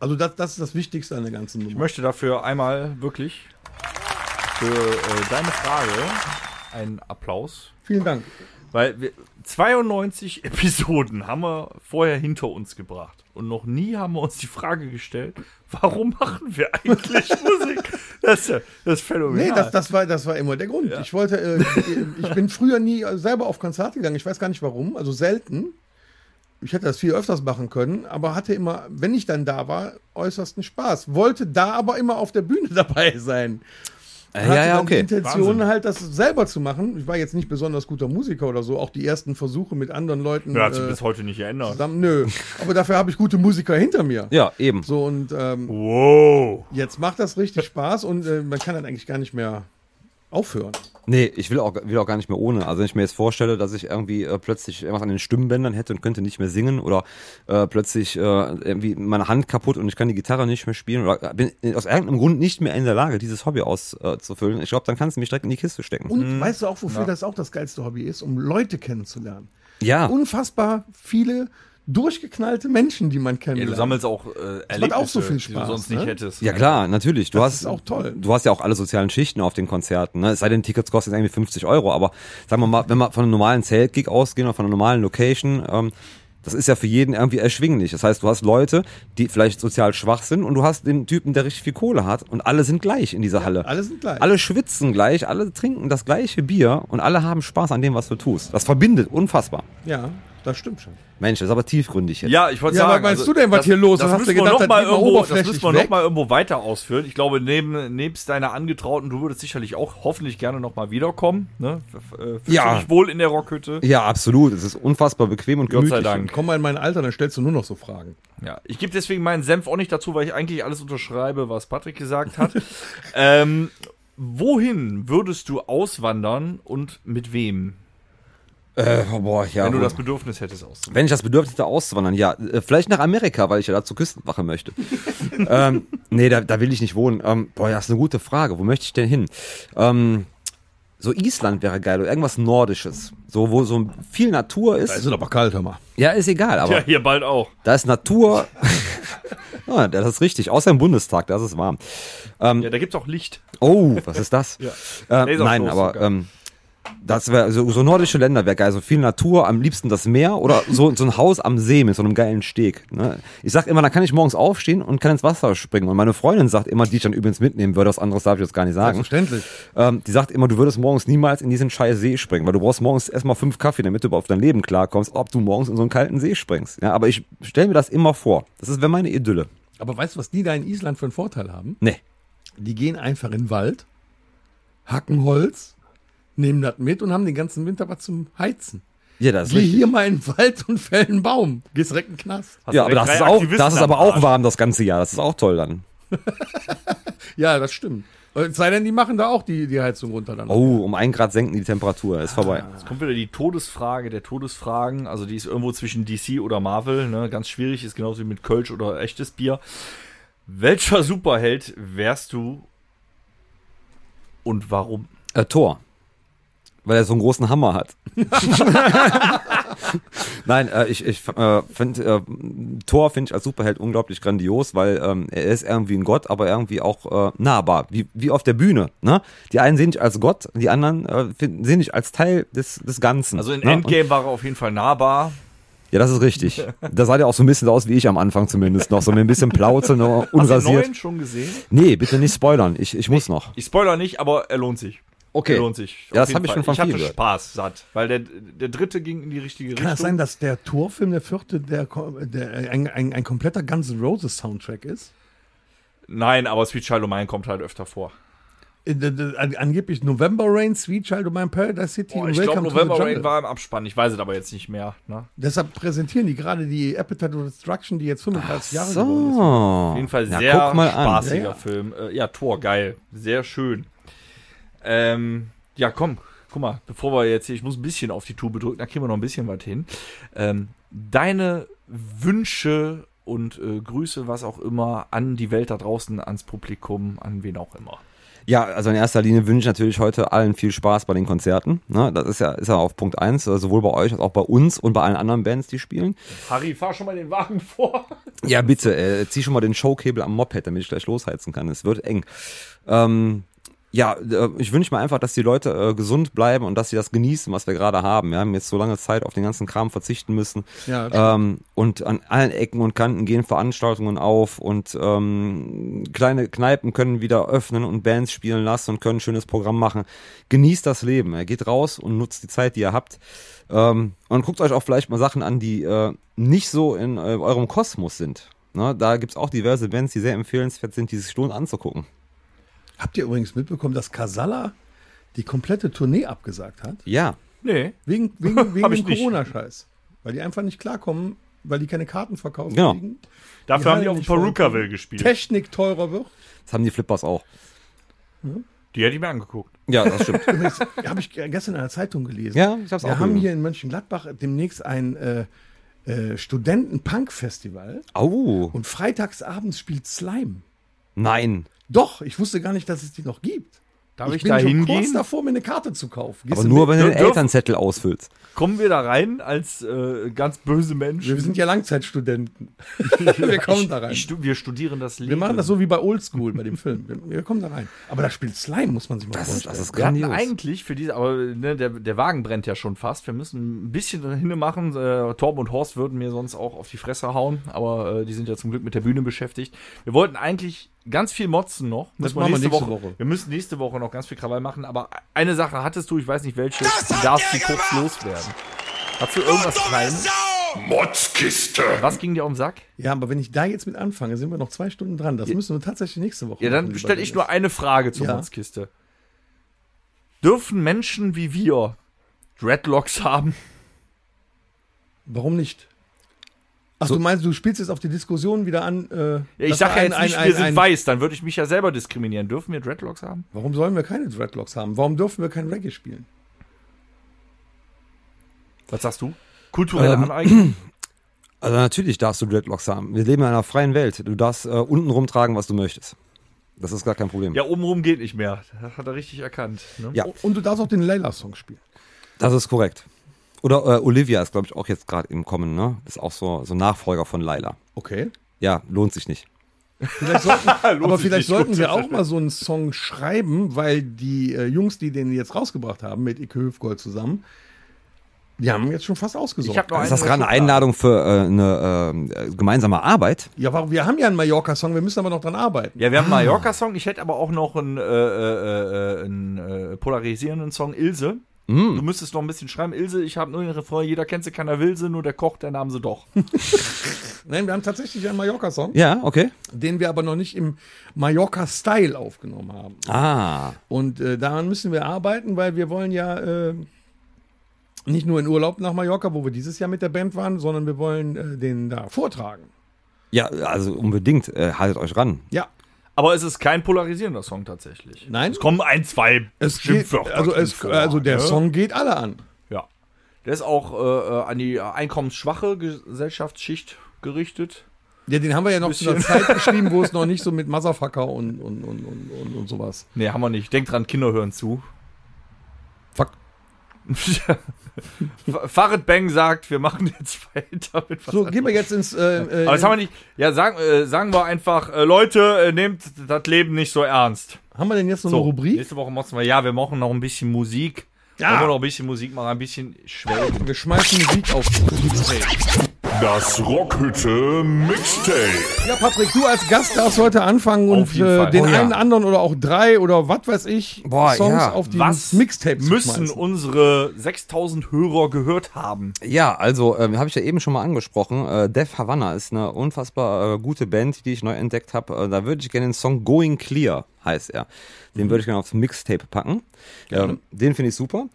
Also das, das ist das Wichtigste an der ganzen Nummer.
Ich möchte dafür einmal wirklich für äh, deine Frage einen Applaus.
Vielen Dank.
Weil wir 92 Episoden haben wir vorher hinter uns gebracht. Und noch nie haben wir uns die Frage gestellt, warum machen wir eigentlich Musik? Das ist ja das ist phänomenal.
Nee, das, das, war, das war immer der Grund. Ich wollte, äh, ich bin früher nie selber auf Konzerte gegangen. Ich weiß gar nicht warum, also selten. Ich hätte das viel öfters machen können, aber hatte immer, wenn ich dann da war, äußersten Spaß. Wollte da aber immer auf der Bühne dabei sein.
Äh,
hatte
ja, ja,
dann die
okay.
Intention
Wahnsinn.
halt, das selber zu machen. Ich war jetzt nicht besonders guter Musiker oder so. Auch die ersten Versuche mit anderen Leuten
Ja, hat sich
äh,
bis heute nicht geändert.
zusammen. Nö, aber dafür habe ich gute Musiker hinter mir.
Ja, eben.
So und ähm,
Wow.
jetzt macht das richtig Spaß und äh, man kann dann eigentlich gar nicht mehr aufhören.
Nee, ich will auch, will auch gar nicht mehr ohne. Also wenn ich mir jetzt vorstelle, dass ich irgendwie äh, plötzlich irgendwas an den Stimmbändern hätte und könnte nicht mehr singen oder äh, plötzlich äh, irgendwie meine Hand kaputt und ich kann die Gitarre nicht mehr spielen oder bin aus irgendeinem Grund nicht mehr in der Lage, dieses Hobby auszufüllen. ich glaube, dann kannst du mich direkt in die Kiste stecken.
Und weißt du auch, wofür das auch das geilste Hobby ist, um Leute kennenzulernen.
ja,
Unfassbar viele durchgeknallte Menschen, die man
Ja, du
kennenlernt.
sammelst auch äh, Erlebnisse,
auch so viel
die du
Spaß,
sonst
ne?
nicht hättest.
ja klar, natürlich. Du
Das
hast,
ist auch toll.
Du hast ja auch alle sozialen Schichten auf den Konzerten. Ne? Es sei denn, Tickets kosten irgendwie 50 Euro. Aber sagen wir mal, wenn wir von einem normalen Zeltgig ausgehen oder von einer normalen Location, ähm, das ist ja für jeden irgendwie erschwinglich. Das heißt, du hast Leute, die vielleicht sozial schwach sind und du hast den Typen, der richtig viel Kohle hat und alle sind gleich in dieser Halle.
alle sind gleich.
Alle schwitzen gleich, alle trinken das gleiche Bier und alle haben Spaß an dem, was du tust. Das verbindet unfassbar.
ja, das stimmt schon.
Mensch, das ist aber tiefgründig jetzt.
Ja, ich wollte
Ja,
sagen. also
was meinst du denn, was hier los ist?
Das
Hast du
müssen, wir
gedacht,
noch
das
mal
geht mal
irgendwo, das
oberflächlich
müssen wir noch
weg?
mal irgendwo weiter ausführen. Ich glaube, neben, nebst deiner Angetrauten, du würdest sicherlich auch hoffentlich gerne noch mal wiederkommen. Ne? F- äh, Fühlst
Ja.
du dich wohl in der Rockhütte?
Ja, absolut. Es ist unfassbar bequem und
Gott
gemütlich.
sei Dank.
Komm mal in mein Alter, dann stellst du nur noch so Fragen.
Ja, ich gebe deswegen meinen Senf auch nicht dazu, weil ich eigentlich alles unterschreibe, was Patrick gesagt hat. ähm, wohin würdest du auswandern und mit wem,
Äh, boah, ja.
wenn du
gut.
das Bedürfnis hättest auszuwandern?
Wenn ich das Bedürfnis hätte, auszuwandern, ja. Äh, Vielleicht nach Amerika, weil ich ja da zur Küstenwache möchte. ähm, nee, da, da will ich nicht wohnen. Ähm, boah, das ist eine gute Frage. Wo möchte ich denn hin? Ähm, so Island wäre geil oder irgendwas Nordisches. So, wo so viel Natur ist.
aber kalt, hör mal.
ja, ist egal, aber
Ja, hier bald auch.
da ist Natur. ja, das ist richtig. Außer im Bundestag, da ist es warm.
Ähm,
Ja, da gibt's auch Licht.
Oh, was ist das? äh,
Laserstoß
nein, aber
sogar.
ähm, das wäre so, so nordische Länder wäre geil, so viel Natur, am liebsten das Meer oder so, so ein Haus am See mit so einem geilen Steg. Ne? Ich sag immer, da kann ich morgens aufstehen und kann ins Wasser springen. Und meine Freundin sagt immer, die ich dann übrigens mitnehmen würde, was anderes darf ich jetzt gar nicht sagen.
Selbstverständlich.
Ähm, die sagt immer, du würdest morgens niemals in diesen scheiß See springen, weil du brauchst morgens erstmal fünf Kaffee, damit du überhaupt auf dein Leben klarkommst, ob du morgens in so einen kalten See springst. Ja, aber ich stelle mir das immer vor. Das ist wenn meine Idylle.
Aber weißt du, was die da in Island für einen Vorteil haben?
Nee.
Die gehen einfach in den Wald, hacken Holz, nehmen das mit und haben den ganzen Winter was zum Heizen.
Ja, das ist
Geh
richtig.
hier mal in den Wald und fäll einen Baum. Gehst direkt in den Knast.
Hast
Ja, aber
direkt
das
drei
ist auch,
Aktivisten
das ist
am
aber auch
Arsch.
warm das ganze Jahr. Das ist auch toll dann.
Ja, das stimmt. Äh, Es sei denn, die machen da auch die, die Heizung runter dann.
Oh, um ein Grad senken die Temperatur, ist vorbei.
Jetzt kommt wieder die Todesfrage der Todesfragen. Also die ist irgendwo zwischen DC oder Marvel. Ne? Ganz schwierig, ist genauso wie mit Kölsch oder echtes Bier. Welcher Superheld wärst du und warum?
Äh, Tor. Weil er so einen großen Hammer hat. Nein, äh, ich, ich äh, finde äh, Thor finde ich als Superheld unglaublich grandios, weil ähm, er ist irgendwie ein Gott, aber irgendwie auch äh, nahbar, wie, wie auf der Bühne. Ne? Die einen sehen dich als Gott, die anderen äh, finden, sehen dich als Teil des, des Ganzen.
Also in
ne? Und-
Endgame war er auf jeden Fall nahbar.
Ja, das ist richtig. Da sah der auch so ein bisschen aus wie ich am Anfang zumindest noch, so mit ein bisschen Plauze, ne, nur unrasiert.
neuen schon gesehen?
Nee, bitte nicht spoilern, ich, ich muss noch.
Ich spoiler nicht, aber er lohnt sich.
Okay.
Er lohnt sich.
Ja,
Auf
das
jeden
hab ich
Fall.
schon von
Ich hatte
vielen gehört.
Spaß satt, weil der, der dritte ging in die richtige
Kann das
Richtung.
sein, dass der Torfilm der vierte, der, ko- der äh, ein, ein, ein kompletter Guns N' Roses Soundtrack ist?
Nein, aber Sweet Child O'Mine kommt halt öfter vor.
Äh, d- d- an- Angeblich November Rain, Sweet Child of Mine, Paradise City
Boah,
und
Oh, ich glaube,
Welcome to the
November Rain
Jungle.
war im Abspann. Ich weiß es aber jetzt nicht mehr. Ne?
Deshalb präsentieren die gerade die Appetite for Destruction, die jetzt 35 Jahre geworden ist.
So.
Auf jeden Fall
Na,
sehr
guck mal an.
spaßiger
Ja, ja.
Film. Äh, ja, Tor, geil. Sehr schön. Ähm, ja, komm. Guck mal, bevor wir jetzt hier, ich muss ein bisschen auf die Tube drücken, da kriegen wir noch ein bisschen was hin. Ähm, deine Wünsche und äh, Grüße, was auch immer, an die Welt da draußen, ans Publikum, an wen auch immer.
Ja, also in erster Linie wünsche ich natürlich heute allen viel Spaß bei den Konzerten. Ne? Das ist ja, ist ja auf Punkt eins, äh, sowohl bei euch als auch bei uns und bei allen anderen Bands, die spielen.
Harry, fahr schon mal den Wagen vor.
Ja, bitte, äh, zieh schon mal den Showkebel am Moped, damit ich gleich losheizen kann. Es wird eng. Ähm, ja, äh, ich wünsche mir einfach, dass die Leute äh, gesund bleiben und dass sie das genießen, was wir gerade haben. Wir haben jetzt so lange Zeit auf den ganzen Kram verzichten müssen.
Ja, das
ähm, und an allen Ecken und Kanten gehen Veranstaltungen auf und ähm, kleine Kneipen können wieder öffnen und Bands spielen lassen und können ein schönes Programm machen. Genießt das Leben. Äh, Geht raus und nutzt die Zeit, die ihr habt. Ähm, und guckt euch auch vielleicht mal Sachen an, die äh, nicht so in äh, eurem Kosmos sind. Ne, da gibt's auch diverse Bands, die sehr empfehlenswert sind, die sich lohnt anzugucken.
Habt ihr übrigens mitbekommen, dass Casalla die komplette Tournee abgesagt hat?
Ja.
Nee.
Wegen, wegen, wegen
Hab ich
dem
nicht.
Corona-Scheiß. Weil die einfach nicht klarkommen, weil die keine Karten verkaufen
Genau.
kriegen.
Dafür
Die
haben die auf
Halle
dem
nicht voll.
Perukaville gespielt.
Technik teurer wird.
Das haben die Flippers auch.
Die hätte ich mir angeguckt.
Ja, das stimmt.
Übrigens, habe ich gestern in der Zeitung gelesen.
Ja, ich hab's
Wir
auch
haben
gelesen.
hier in Mönchengladbach demnächst ein äh, äh, Studenten-Punk-Festival
Au.
und freitagsabends spielt Slime.
Nein.
Doch, ich wusste gar nicht, dass es die noch gibt.
Darf ich,
bin
da
schon kurz
hingehen?
davor, mir eine Karte zu kaufen.
Aber
Gehst du
nur,
mit?
wenn du den
Dürfen-
Elternzettel ausfüllst.
Kommen wir da rein als äh, ganz böse Menschen?
Wir sind ja Langzeitstudenten. wir kommen da rein.
Ich stu- wir studieren das Leben.
Wir machen das so wie bei Oldschool, bei dem Film. Wir, wir kommen da rein. Aber da spielt Slime, muss man sich mal vorstellen.
Wir hatten eigentlich für diese, aber ne, der, der Wagen brennt ja schon fast. Wir müssen ein bisschen hinne machen. Äh, Torben und Horst würden mir sonst auch auf die Fresse hauen, aber äh, die sind ja zum Glück mit der Bühne beschäftigt. Wir wollten eigentlich ganz viel motzen noch. Müssen
machen wir nächste Woche.
Wir müssen nächste Woche noch ganz viel Krawall machen, aber eine Sache hattest du, ich weiß nicht welche, du darfst sie kurz loswerden. Hast du irgendwas Kleines?
Motzkiste.
Was ging dir um den Sack?
Ja, aber wenn ich da jetzt mit anfange, sind wir noch zwei Stunden dran. Das müssen wir tatsächlich nächste Woche
Ja, dann
machen,
stelle
lieber
ich nur eine Frage zur
Ja.
Motzkiste. Dürfen Menschen wie wir Dreadlocks haben?
Dennis. Warum nicht? Ach, du meinst, du spielst jetzt auf die Diskussion wieder an. äh,
Ja, ich
dass
sage ja
ein-
jetzt
ein-
nicht,
ein-
wir sind
ein-
weiß, dann würde ich mich ja selber diskriminieren. Dürfen wir Dreadlocks haben?
Warum sollen wir keine Dreadlocks haben? Warum dürfen wir kein Reggae spielen?
Was sagst du? Kulturelle
Ähm,
Aneignung?
Also natürlich darfst du Dreadlocks haben. Wir leben in einer freien Welt. Du darfst äh, untenrum tragen, was du möchtest. Das ist gar kein Problem.
Ja, obenrum geht nicht mehr. Das hat er richtig erkannt. Ne?
Ja.
Und du darfst auch den Layla-Song spielen.
Das ist korrekt. Oder äh, Olivia ist, glaube ich, auch jetzt gerade im Kommen, ne? Ist auch so, so ein Nachfolger von Laila.
Okay.
Ja, lohnt sich nicht.
Vielleicht sollten, aber
sich
vielleicht
nicht,
sollten
gut,
wir auch mal so einen Song schreiben, weil die äh, Jungs, die den jetzt rausgebracht haben, mit Ike Hüfgold zusammen, die haben jetzt schon fast ausgesorgt.
Ich hab noch
ist
einen
das
in der
gerade eine
Schublade.
Einladung für äh, eine äh, gemeinsame Arbeit?
Ja, aber wir haben ja einen Mallorca-Song, wir müssen aber noch dran arbeiten.
Ja, wir haben einen Mallorca-Song. Ich hätte aber auch noch einen, äh, äh, äh, einen äh, polarisierenden Song, Ilse.
Mm.
Du müsstest noch ein bisschen schreiben, Ilse, ich habe nur den Refrain, jeder kennt sie, keiner will sie, nur der Koch, der nahm sie doch.
Nein, wir haben tatsächlich einen Mallorca-Song,
Ja, okay.
den wir aber noch nicht im Mallorca-Style aufgenommen haben.
Ah,
Und äh, daran müssen wir arbeiten, weil wir wollen ja äh, nicht nur in Urlaub nach Mallorca, wo wir dieses Jahr mit der Band waren, sondern wir wollen äh, den da vortragen.
ja, also unbedingt. Äh, haltet euch ran.
Ja,
Aber es ist kein polarisierender Song tatsächlich.
Nein.
Es kommen ein, zwei
es geht, also,
drin
es,
vor,
also der
ne?
Song geht alle an.
Ja. Der ist auch äh, äh, an die einkommensschwache Gesellschaftsschicht gerichtet.
Ja, den haben wir ja noch zu einer Zeit geschrieben, wo es noch nicht so mit Motherfucker und, und, und, und, und, und sowas.
Nee, haben wir nicht. Denkt dran, Kinder hören zu.
Fuck.
Farid Bang sagt, wir machen jetzt weiter mit was
So,
anderem.
gehen wir jetzt ins. Äh, äh,
Aber das haben wir nicht. Ja, sagen, äh, sagen wir einfach, äh, Leute, äh, nehmt das Leben nicht so ernst.
haben wir denn jetzt noch
So,
eine Rubrik?
Nächste Woche machen wir, ja, wir machen noch ein bisschen Musik.
Ja.
Wollen wir noch ein bisschen Musik machen, ein bisschen schwelgen.
Wir schmeißen Musik auf.
Das Rockhütte Mixtape.
Ja, Patrick, du als Gast darfst heute anfangen
Auf
und
jeden
äh,
Fall.
den
Oh, ja.
einen, anderen oder auch drei oder was weiß ich
Boah,
Songs
ja.
auf die
Was
Mixtape zu
müssen
schmeißen.
unsere 6000 Hörer gehört haben?
Ja, also ähm, habe ich ja eben schon mal angesprochen. Äh, Def Havana ist eine unfassbar äh, gute Band, die ich neu entdeckt habe. Äh, da würde ich gerne den Song Going Clear heißt er. Den würde ich gerne aufs Mixtape packen. Ähm, den finde ich super.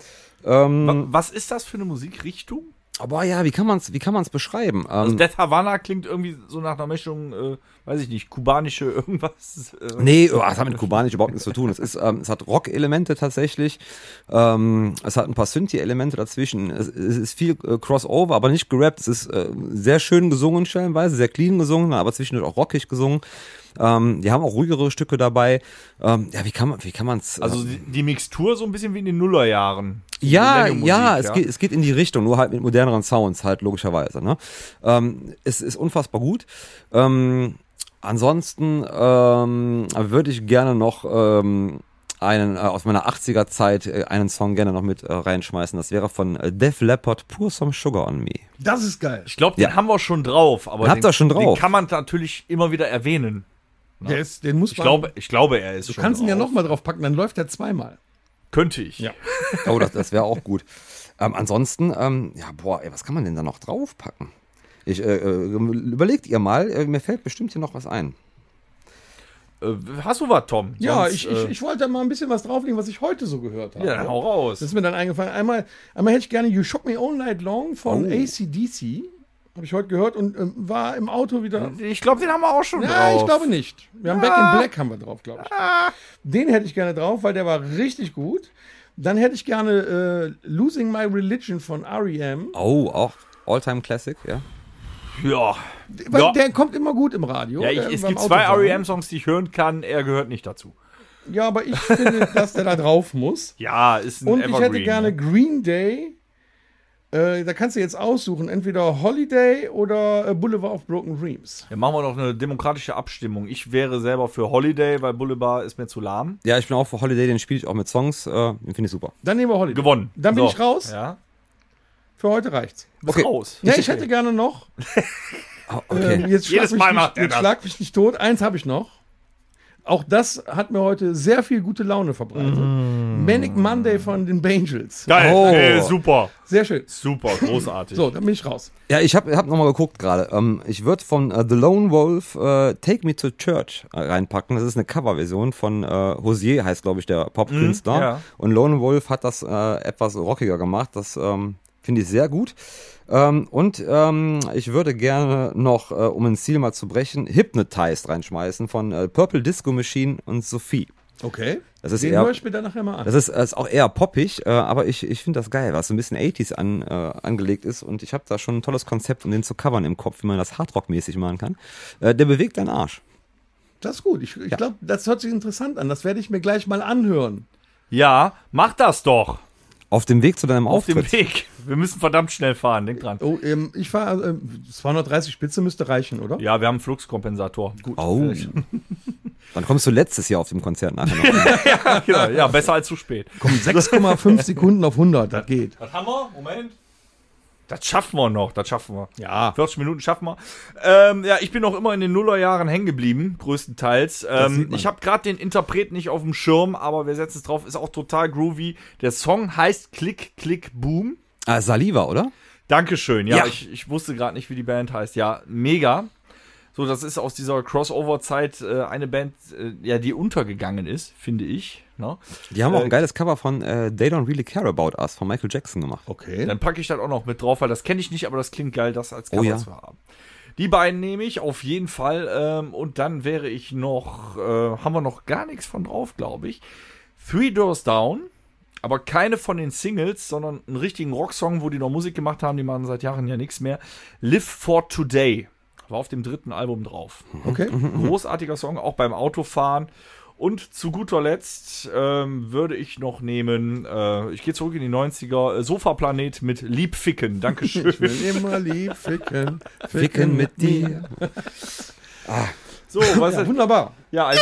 Ähm,
Wa- Was ist das für eine Musikrichtung?
aber ja, wie kann man's, wie kann man's beschreiben?
Also
Ähm,
Death Havana klingt irgendwie so nach einer Mischung, äh, weiß ich nicht, kubanische irgendwas. Äh,
Nee, oh, das hat mit Kubanisch überhaupt nichts zu tun. Es, ist, ähm, es hat Rock-Elemente tatsächlich. Ähm, es hat ein paar Synthie-Elemente dazwischen. Es, es ist viel äh, Crossover, aber nicht gerappt. Es ist äh, sehr schön gesungen, stellenweise, sehr clean gesungen, aber zwischendurch auch rockig gesungen. Ähm, die haben auch ruhigere Stücke dabei. Ähm, ja, wie kann man, wie kann man's? äh,
Also die, die Mixtur so ein bisschen wie in den Nullerjahren. So
ja,
Millennium-Musik,
ja, es, Geht, es geht in die Richtung, nur halt mit moderneren Sounds, halt logischerweise. Ne? Ähm, es ist unfassbar gut. Ähm, ansonsten ähm, würde ich gerne noch ähm, einen äh, aus meiner 80er Zeit äh, einen Song gerne noch mit äh, reinschmeißen. Das wäre von äh, Def Leppard Pur Some Sugar on Me.
Das ist geil.
Ich glaube, den
Ja.
haben wir schon drauf, aber
Den habt ihr schon drauf.
den kann man natürlich immer wieder erwähnen.
Der ist, den muss
Ich glaube, ich glaube, er ist
du
schon
kannst ihn ja
drauf.
nochmal drauf packen, dann läuft er zweimal.
Könnte ich.
Ja.
Oh, das, das wäre auch gut. Ähm, ansonsten, ähm, ja, boah, ey, was kann man denn da noch draufpacken? Ich, äh, äh, überlegt ihr mal, äh, mir fällt bestimmt hier noch was ein.
Äh, hast du was, Tom?
Ja,
Sonst,
ich,
äh,
ich, ich wollte da mal ein bisschen was drauflegen, was ich heute so gehört habe.
ja, dann hau
Das ist
raus.
mir dann eingefallen. Einmal, einmal hätte ich gerne You Shook Me All Night Long von
Oh.
ACDC. Habe ich heute gehört und ähm, war im Auto wieder.
Ich glaube, den haben wir auch schon
Ja,
drauf.
ich glaube nicht. Wir haben Back in Black haben wir drauf, glaube ich. Den hätte ich gerne drauf, weil der war richtig gut. Dann hätte ich gerne äh, Losing My Religion von E R.E.M.
Oh, auch All-Time Classic, ja.
Ja.
Weil
Ja.
der kommt immer gut im Radio.
Ja, ich,
äh,
es
beim
gibt zwei E
Autofahren.
REM-Songs, die ich hören kann. Er gehört nicht dazu.
Ja, aber ich finde, dass der da drauf muss.
Ja, ist ein
Und ich
Evergreen. ne?
hätte gerne Green Day. Äh, da kannst du jetzt aussuchen, entweder Holiday oder äh, Boulevard of Broken Dreams.
Dann machen wir noch eine demokratische Abstimmung. Ich wäre selber für Holiday, weil Boulevard ist mir zu lahm.
Ja, ich bin auch für Holiday, den spiele ich auch mit Songs. Äh, den finde ich super.
Dann nehmen wir Holiday.
Gewonnen.
Dann bin ich raus.
Ja.
Für heute reicht's.
Bist
Okay.
raus.
Ja, ich hätte gerne noch.
Oh, okay.
Ähm, jetzt schlag
Jedes
mich
Mal
nicht,
macht er
jetzt
das.
schlag mich nicht tot. Eins habe ich noch. Auch das hat mir heute sehr viel gute Laune verbreitet. Manic Monday von den Bangles.
Geil.
Oh.
Ey, super.
Sehr schön.
Super, großartig.
So, dann bin ich raus.
Ja, ich habe hab nochmal geguckt gerade. Ähm, ich würde von äh, The Lone Wolf äh, Take Me to Church äh, reinpacken. Das ist eine Coverversion von äh, Hosier, heißt glaube ich der Popkünstler.
ja.
Und Lone Wolf hat das äh, etwas rockiger gemacht. Das ähm, finde ich sehr gut. Ähm, und ähm, ich würde gerne noch, äh, um ein Ziel mal zu brechen, Hypnotized reinschmeißen von äh, Purple Disco Machine und Sophie.
Okay.
Das ist
den
eher-
höre ich mir dann nachher mal an.
Das ist, äh, ist auch eher poppig, äh, aber ich, ich finde das geil, was so ein bisschen 80s an, äh, angelegt ist und ich habe da schon ein tolles Konzept, um den zu covern im Kopf, wie man das Hardrock-mäßig machen kann. Äh, der bewegt deinen Arsch.
Das ist gut. Ich, ich glaube, das hört sich interessant an. Das werde ich mir gleich mal anhören.
Ja, mach das doch.
Auf dem Weg zu deinem
Auf
Auftritt.
dem Weg. Wir müssen verdammt schnell fahren, denk dran.
Oh, ähm, ich fahre ähm, 230 Spitze müsste reichen, oder?
Ja, wir haben einen Fluxkompensator. Gut.
Oh. Dann kommst du letztes Jahr auf dem Konzert nachher noch.
Ja, genau. ja, besser als zu spät.
Komm, 6,5 Sekunden auf 100, das geht.
Das haben wir. Moment. Das schaffen wir noch, das schaffen wir.
Ja.
40 Minuten schaffen wir. Ähm, ja, ich bin auch immer in den Nullerjahren hängen geblieben, größtenteils. Ähm,
sieht man.
ich habe gerade den Interpret nicht auf dem Schirm, aber wir setzen es drauf. Ist auch total groovy. Der Song heißt Klick, Klick, Boom.
ah, Saliva, oder?
Dankeschön. Ja,
Ja.
Ich, ich wusste gerade nicht, wie die Band heißt. Ja, mega. So, das ist aus dieser Crossover-Zeit äh, eine Band, äh, ja, die untergegangen ist, finde ich. Ne?
Die haben auch
Äh,
ein geiles Cover von äh, They Don't Really Care About Us von Michael Jackson gemacht.
Okay.
Dann packe ich das auch noch mit drauf, weil das kenne ich nicht, aber das klingt geil, das als
Oh
Cover
ja.
zu haben. Die beiden nehme ich auf jeden Fall. Ähm, und dann wäre ich noch, äh, haben wir noch gar nichts von drauf, glaube ich. Three Doors Down, aber keine von den Singles, sondern einen richtigen Rocksong, wo die noch Musik gemacht haben. Die machen seit Jahren ja nichts mehr. Live for Today war auf dem dritten Album drauf.
Okay.
Mhm. Großartiger Song, auch beim Autofahren. Und zu guter Letzt ähm, würde ich noch nehmen, äh, ich gehe zurück in die 90er, äh, Sofaplanet mit Liebficken. Dankeschön.
Ich will immer lieb ficken. Ficken,
so, was
Ja, wunderbar.
Ja, also.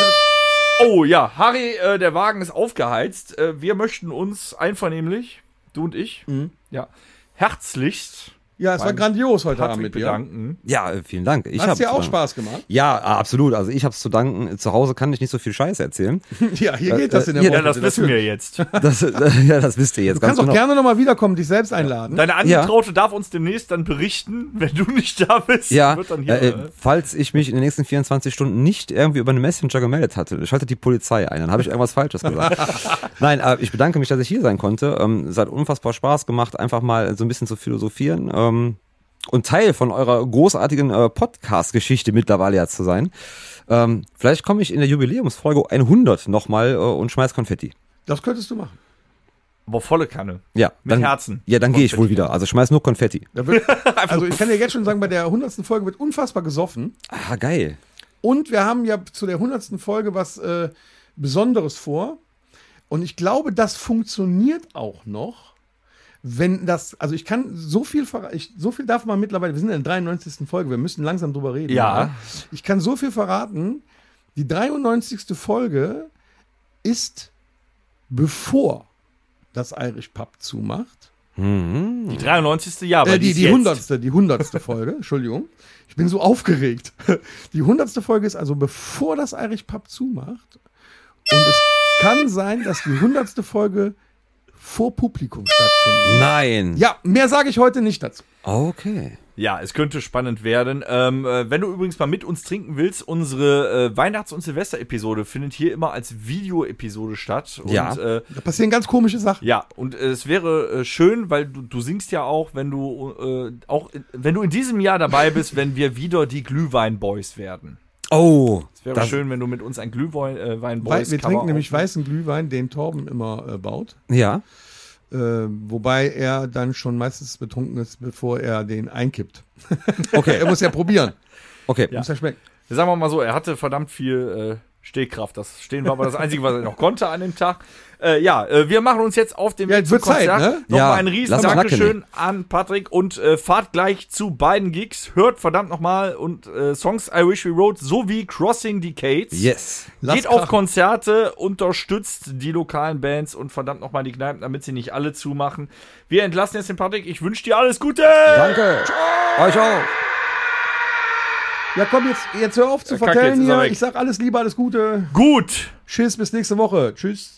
Oh ja, Harry, äh, der Wagen ist aufgeheizt. Äh, wir möchten uns einvernehmlich, du und ich, ja, herzlichst
Ja, es war
Beim
grandios heute Abend
Patrick
mit dir.
bedanken.
Ja, äh, vielen Dank. Ich
Hat dir
hab,
auch
äh,
Spaß gemacht?
Ja, ah, absolut. Also ich habe es zu danken. Zu Hause kann ich nicht so viel Scheiße erzählen.
Ja, hier geht das in der
ja,
Äh, Ja, das
bitte,
wissen
natürlich.
wir jetzt.
Das, äh, ja, das wisst ihr jetzt
Du kannst
ganz
auch
genau.
gerne nochmal wiederkommen, dich selbst einladen.
Deine Angetraute darf uns demnächst dann berichten, wenn du nicht da bist.
Ja,
wird dann hier,
äh,
äh,
falls ich mich in den nächsten 24 Stunden nicht irgendwie über einen Messenger gemeldet hatte, schaltet die Polizei ein, dann habe ich irgendwas Falsches gesagt. Nein, äh, ich bedanke mich, dass ich hier sein konnte. Ähm, es hat unfassbar Spaß gemacht, einfach mal so ein bisschen zu philosophieren ähm, und Teil von eurer großartigen äh, Podcast-Geschichte mittlerweile ja zu sein. Ähm, vielleicht komme ich in der Jubiläumsfolge 100 nochmal äh, und schmeiß Konfetti.
Das könntest du machen.
aber volle Kanne.
Ja,
Mit
dann,
Herzen.
Ja, dann gehe ich wohl wieder. Also schmeiß nur Konfetti.
Da wird, also ich kann dir jetzt schon sagen, bei der 100. Folge wird unfassbar gesoffen.
Ah, geil.
Und wir haben ja zu der 100. Folge was äh, Besonderes vor. Und ich glaube, das funktioniert auch noch. Wenn das, also ich kann so viel, verra- ich, so viel darf man mittlerweile, wir sind in der 93. Folge, wir müssen langsam drüber reden.
Ja.
Ich kann so viel verraten. Die 93. Folge ist bevor das Irish Pub zumacht.
Die 93. Jahr,
Äh, die,
ist
die
jetzt.
100. Die 100. Folge, Entschuldigung. Ich bin so aufgeregt. Die 100. Folge ist also bevor das Irish Pub zumacht. Und es kann sein, dass die 100. Folge vor Publikum stattfinden.
Nein.
Ja, mehr sage ich heute nicht dazu.
Okay.
Ja, es könnte spannend werden. Ähm, äh, wenn du übrigens mal mit uns trinken willst, unsere äh, Weihnachts- und Silvester-Episode findet hier immer als Video-Episode statt. Und,
Ja.
Äh,
Da passieren ganz komische Sachen.
ja, und äh, es wäre äh, schön, weil du, du singst ja auch, wenn du äh, auch in- wenn du in diesem Jahr dabei bist, wenn wir wieder die Glühwein-Boys werden.
Oh.
Es wäre schön, wenn du mit uns ein äh, Glühwein-Boys
Weil wir trinken nämlich weißen Glühwein, den Torben immer äh, baut.
Ja.
Äh, wobei er dann schon meistens betrunken ist, bevor er den einkippt.
Okay.
Er muss ja probieren.
Okay.
Muss ja schmecken.
Sagen wir mal so, er hatte verdammt viel äh, Stehkraft. Das Stehen war aber das Einzige, was er noch konnte an dem Tag. Äh, ja, äh, wir machen uns jetzt auf den
Ja,
Weg
jetzt wird Zeit, ne?
Nochmal
Ja,
ein riesen
lass mal knacken.
Dankeschön an Patrick und äh, fahrt gleich zu beiden Gigs. Hört verdammt nochmal und äh, Songs I Wish We Wrote sowie Crossing Decades.
Yes.
Lass
Geht auf
krachen.
Konzerte, unterstützt die lokalen Bands und verdammt nochmal die Kneipen, damit sie nicht alle zumachen. Wir entlassen jetzt den Patrick. Ich wünsche dir alles Gute.
Danke. Euch auch.
Ja, komm, jetzt, jetzt hör auf zu
Kacke,
vertellen
jetzt ist er
hier.
weg.
Ich sag alles Liebe, alles Gute.
Gut.
Tschüss, bis nächste Woche. Tschüss.